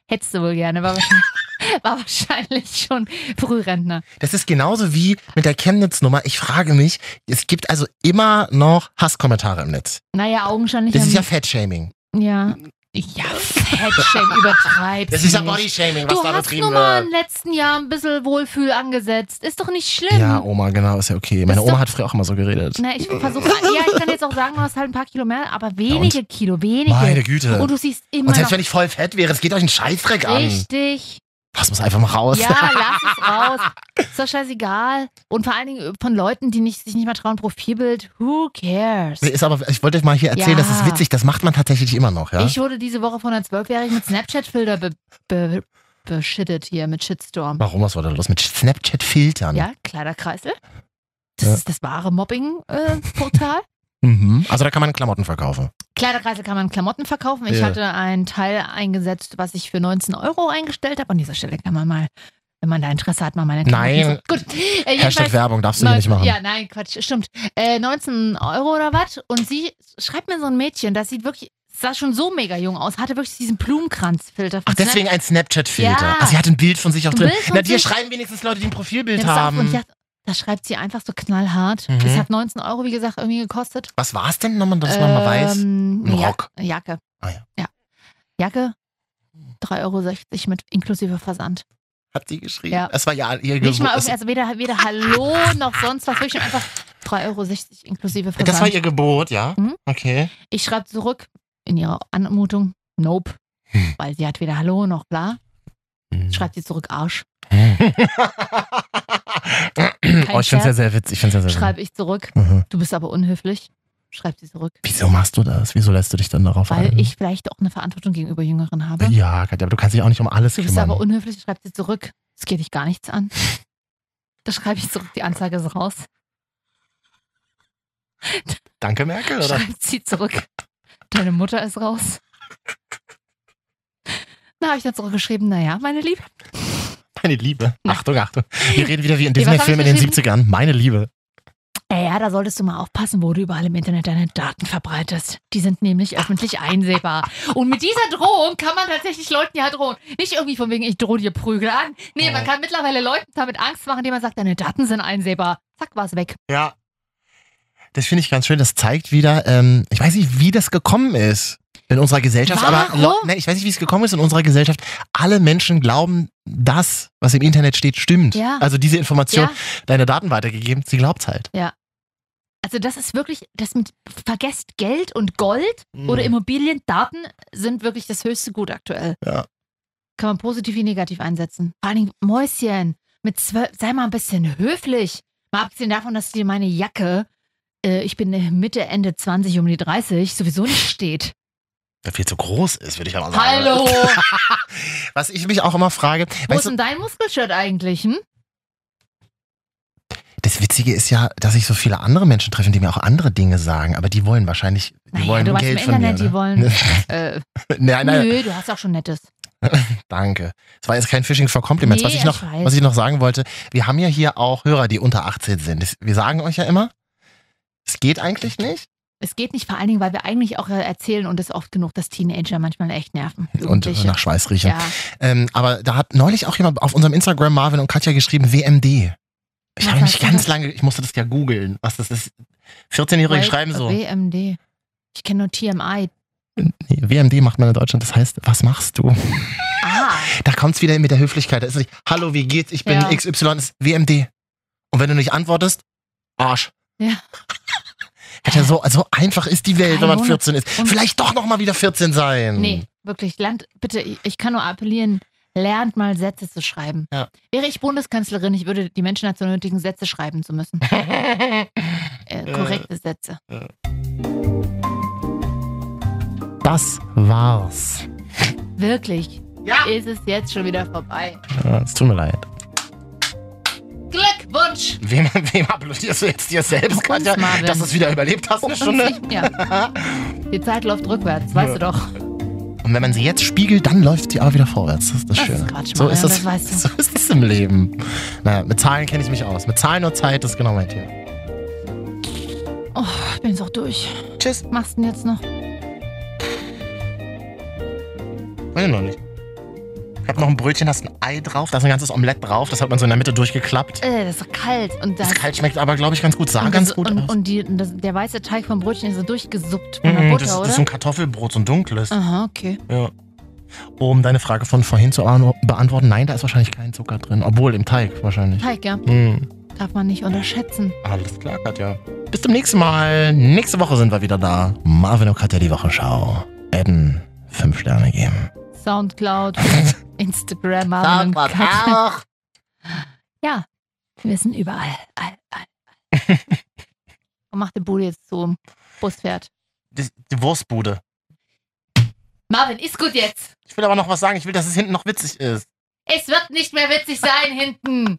hättest du wohl gerne, war wahrscheinlich, war wahrscheinlich schon Frührentner.
Das ist genauso wie mit der Chemnitz-Nummer. Ich frage mich, es gibt also immer noch Hasskommentare im Netz.
Naja, augenscheinlich.
Das ist ja
haben-
Fettshaming.
Ja. Ja, Fettshame übertreibt.
Das ist ja
nicht.
Bodyshaming, was
Du
da
hast
betrieben
nur mal im
wird.
letzten Jahr ein bisschen Wohlfühl angesetzt. Ist doch nicht schlimm.
Ja, Oma, genau, ist ja okay.
Das
Meine
ist
Oma
doch-
hat früher auch immer so geredet.
Na, ich versuche, ja, ich kann jetzt auch sagen, du hast halt ein paar Kilo mehr, aber wenige Kilo, wenige.
Meine Güte.
Und du siehst immer
Und selbst wenn
noch
ich voll fett wäre, es geht euch einen Scheißdreck an.
richtig.
Lass uns einfach mal raus.
Ja, lass es raus. Ist doch scheißegal. Und vor allen Dingen von Leuten, die nicht, sich nicht mal trauen, Profilbild. Who cares?
Nee, Ist aber, ich wollte euch mal hier erzählen,
Ja.
das ist witzig, das macht man tatsächlich immer noch, ja?
Ich wurde diese Woche von einer Zwölfjährigen mit Snapchat-Filter be be beschittet hier mit Shitstorm.
Warum, was war da los? Mit Snapchat-Filtern.
Ja, Kleiderkreisel. Das
Ja.
ist das wahre Mobbing-Portal.
Mhm. Also da kann man Klamotten verkaufen.
Kleiderkreisel kann man Klamotten verkaufen. Ich
Ja.
hatte einen Teil eingesetzt, was ich für 19 Euro eingestellt habe. An dieser Stelle kann man mal, wenn man da Interesse hat, mal meine Klamotten.
Nein.
Gut. Äh,
Hashtag
jedenfalls-
Werbung darfst du hier
Neun-
nicht machen.
Ja, nein, Quatsch, stimmt. Äh, 19 Euro oder was? Und sie schreibt mir so ein Mädchen, das sieht wirklich, sah schon so mega jung aus, hatte wirklich diesen Blumenkranzfilter.
Ach, deswegen ein Snapchat-Filter.
Ja.
Ach, sie hat ein Bild von sich auch
Ein
drin.
Bild von
Na, dir
sich.
schreiben wenigstens Leute, die ein Profilbild
Bild haben. Und ich
haben.
dachte, da schreibt sie einfach so knallhart.
Mhm.
Das hat 19 Euro, wie gesagt, irgendwie gekostet.
Was war es denn nochmal, dass man mal weiß?
Ähm,
Ein
ja,
Rock.
Jacke.
Ah, ja.
Jacke, 3,60 Euro mit inklusive Versand.
Hat sie geschrieben?
Ja.
Es war ja ihr
Nicht mal
Gebur-
irgendwie,
es-
also weder, weder Hallo noch sonst was, wirklich einfach 3,60 Euro inklusive Versand.
Das war ihr Gebot, ja?
Mhm.
Okay.
Ich schreibe zurück in ihrer Anmutung, nope.
Hm.
Weil sie hat weder Hallo noch bla. Schreibt sie zurück, Arsch.
oh, ich finde es ja sehr witzig. Ich find's ja sehr
Schreibe ich zurück,
Mhm.
du bist aber unhöflich. schreibt sie zurück.
Wieso machst du das? Wieso lässt du dich dann darauf
Weil
ein?
ich vielleicht auch eine Verantwortung gegenüber Jüngeren habe.
ja, Katja, aber du kannst dich auch nicht um alles
Du bist
kümmern.
aber unhöflich, schreibt sie zurück. Das geht dich gar nichts an. Da schreibe ich zurück, die Anzeige ist raus.
Danke, Merkel, oder?
Schreibt sie zurück. Deine Mutter ist raus. Da habe ich dann zurückgeschrieben, naja, meine Liebe.
Meine Liebe. Achtung, Achtung. Wir reden wieder wie in
Nee, was hab
Disney-Filmen
ich
in den
geschrieben?
70ern. Meine Liebe.
Äh, Ja, da solltest du mal aufpassen, wo du überall im Internet deine Daten verbreitest. Die sind nämlich öffentlich einsehbar. Und mit dieser Drohung kann man tatsächlich Leuten ja drohen. Nicht irgendwie von wegen, ich drohe dir Prügel an. Nee, man kann mittlerweile Leuten damit Angst machen, indem man sagt, deine Daten sind einsehbar. Zack, war's weg.
Ja. Das finde ich ganz schön. Das zeigt wieder, ähm, ich weiß nicht, wie das gekommen ist in unserer Gesellschaft, aber
Warum?
Lo- nein, ich weiß nicht, wie es gekommen ist in unserer Gesellschaft. Alle Menschen glauben, das, was im Internet steht, stimmt.
Ja.
Also diese Information,
Ja.
deine Daten weitergegeben, sie glaubt halt.
Ja. Also das ist wirklich, das mit vergesst Geld und Gold
Mhm.
oder Immobilien, Daten sind wirklich das höchste Gut aktuell.
Ja.
Kann man positiv wie negativ einsetzen. Vor allen Dingen Mäuschen, mit zwölf, sei mal ein bisschen höflich. Mal abgesehen davon, dass dir meine Jacke, äh, ich bin Mitte, Ende 20, um die 30, sowieso nicht steht.
Weil viel zu groß ist, würde ich aber sagen.
Hallo!
Was ich mich auch immer frage,
Wo
weißt
ist
du,
denn dein Muskelshirt eigentlich? Hm?
das Witzige ist ja, dass ich so viele andere Menschen treffe, die mir auch andere Dinge sagen, aber die wollen wahrscheinlich, die
Naja,
wollen
du weißt
Geld
im
von
Internet,
mir.
die wollen.
ne?
äh,
nein, nein.
Nö, du hast auch schon Nettes.
Danke. Es war jetzt kein Phishing for Compliments.
Nee,
was, ich noch,
ich weiß.
was ich noch sagen wollte, wir haben ja hier auch Hörer, die unter 18 sind. Das- Wir sagen euch ja immer, es geht eigentlich nicht.
Es geht nicht, vor allen Dingen, weil wir eigentlich auch äh, erzählen und es oft genug, dass Teenager manchmal echt nerven.
Und
Jugendliche.
nach Schweiß riechen.
Ja.
Ähm, aber da hat neulich auch jemand auf unserem Instagram Marvin und Katja geschrieben, WMD. Ich
Was
habe mich
heißt denn
ganz
das?
lange, ich musste das ja googeln, was das ist. 14-Jährige
Weil- äh,
schreiben so.
WMD. Ich kenne nur TMI.
Nee, WMD macht man in Deutschland, das heißt, was machst du?
Ah,
Da kommt es wieder mit der Höflichkeit. Da ist nicht, hallo, wie geht's? Ich bin
Ja.
XY, ist WMD. Und wenn du nicht antwortest, Arsch.
ja.
Katja, so, so einfach ist die Welt,
Drei
wenn man
Monate.
14 ist.
Und-
Vielleicht doch noch mal wieder 14 sein.
Nee, wirklich. Lernt, bitte, ich, ich kann nur appellieren, lernt mal Sätze zu schreiben.
Ja.
Wäre ich Bundeskanzlerin, ich würde die Menschen dazu nötigen, Sätze schreiben zu müssen. äh, korrekte Sätze.
Das war's.
Wirklich. Ja. Ist es jetzt schon wieder vorbei.
Ja, Es tut mir leid.
Glückwunsch!
Wem, wem applaudierst du jetzt dir selbst, Katja,
Marvin.
dass du es wieder überlebt hast, eine
Uns
Stunde?
nicht mehr. Die Zeit läuft rückwärts, weißt du doch.
Und wenn man sie jetzt spiegelt, dann läuft sie aber wieder vorwärts. Das ist das,
Das ist
Schöne.
Quatsch,
so,
Marian,
ist das,
das weißt du.
so ist das im Leben. Naja, mit Zahlen kenne ich mich aus. Mit Zahlen und Zeit ist genau mein Thema.
Oh, ich bin jetzt auch durch.
Tschüss.
Machst du denn jetzt noch?
Weiß ich noch nicht. Ich habe noch ein Brötchen, da ist ein Ei drauf, da ist ein ganzes Omelett drauf, das hat man so in der Mitte durchgeklappt.
Äh, das ist kalt. Und das,
Das kalt schmeckt aber, glaube ich, ganz gut. Sah
und
ganz
das,
gut
und,
aus.
Und die, und das, der weiße Teig vom Brötchen ist so durchgesuppt von der
Mm,
Butter,
das,
oder? Ah.
das ist so ein Kartoffelbrot, so ein dunkles.
Aha, okay.
Ja. Um deine Frage von vorhin zu an- beantworten, nein, da ist wahrscheinlich kein Zucker drin. Obwohl, im Teig wahrscheinlich.
Teig, ja.
Mm.
Darf man nicht unterschätzen.
Alles klar, Katja. Bis zum nächsten Mal. Nächste Woche sind wir wieder da. Marvin und Katja, die Wochenschau. Adden, fünf Sterne geben.
Soundcloud, Instagram, Marvin und
Soundcloud
Katja.
auch.
Ja, wir sind überall. All, all, all. Und mach den Bude jetzt zu. Bus fährt.
Die, die Wurstbude.
Marvin, ist gut jetzt.
Ich will aber noch was sagen. Ich will, dass es hinten noch witzig ist.
Es wird nicht mehr witzig sein hinten.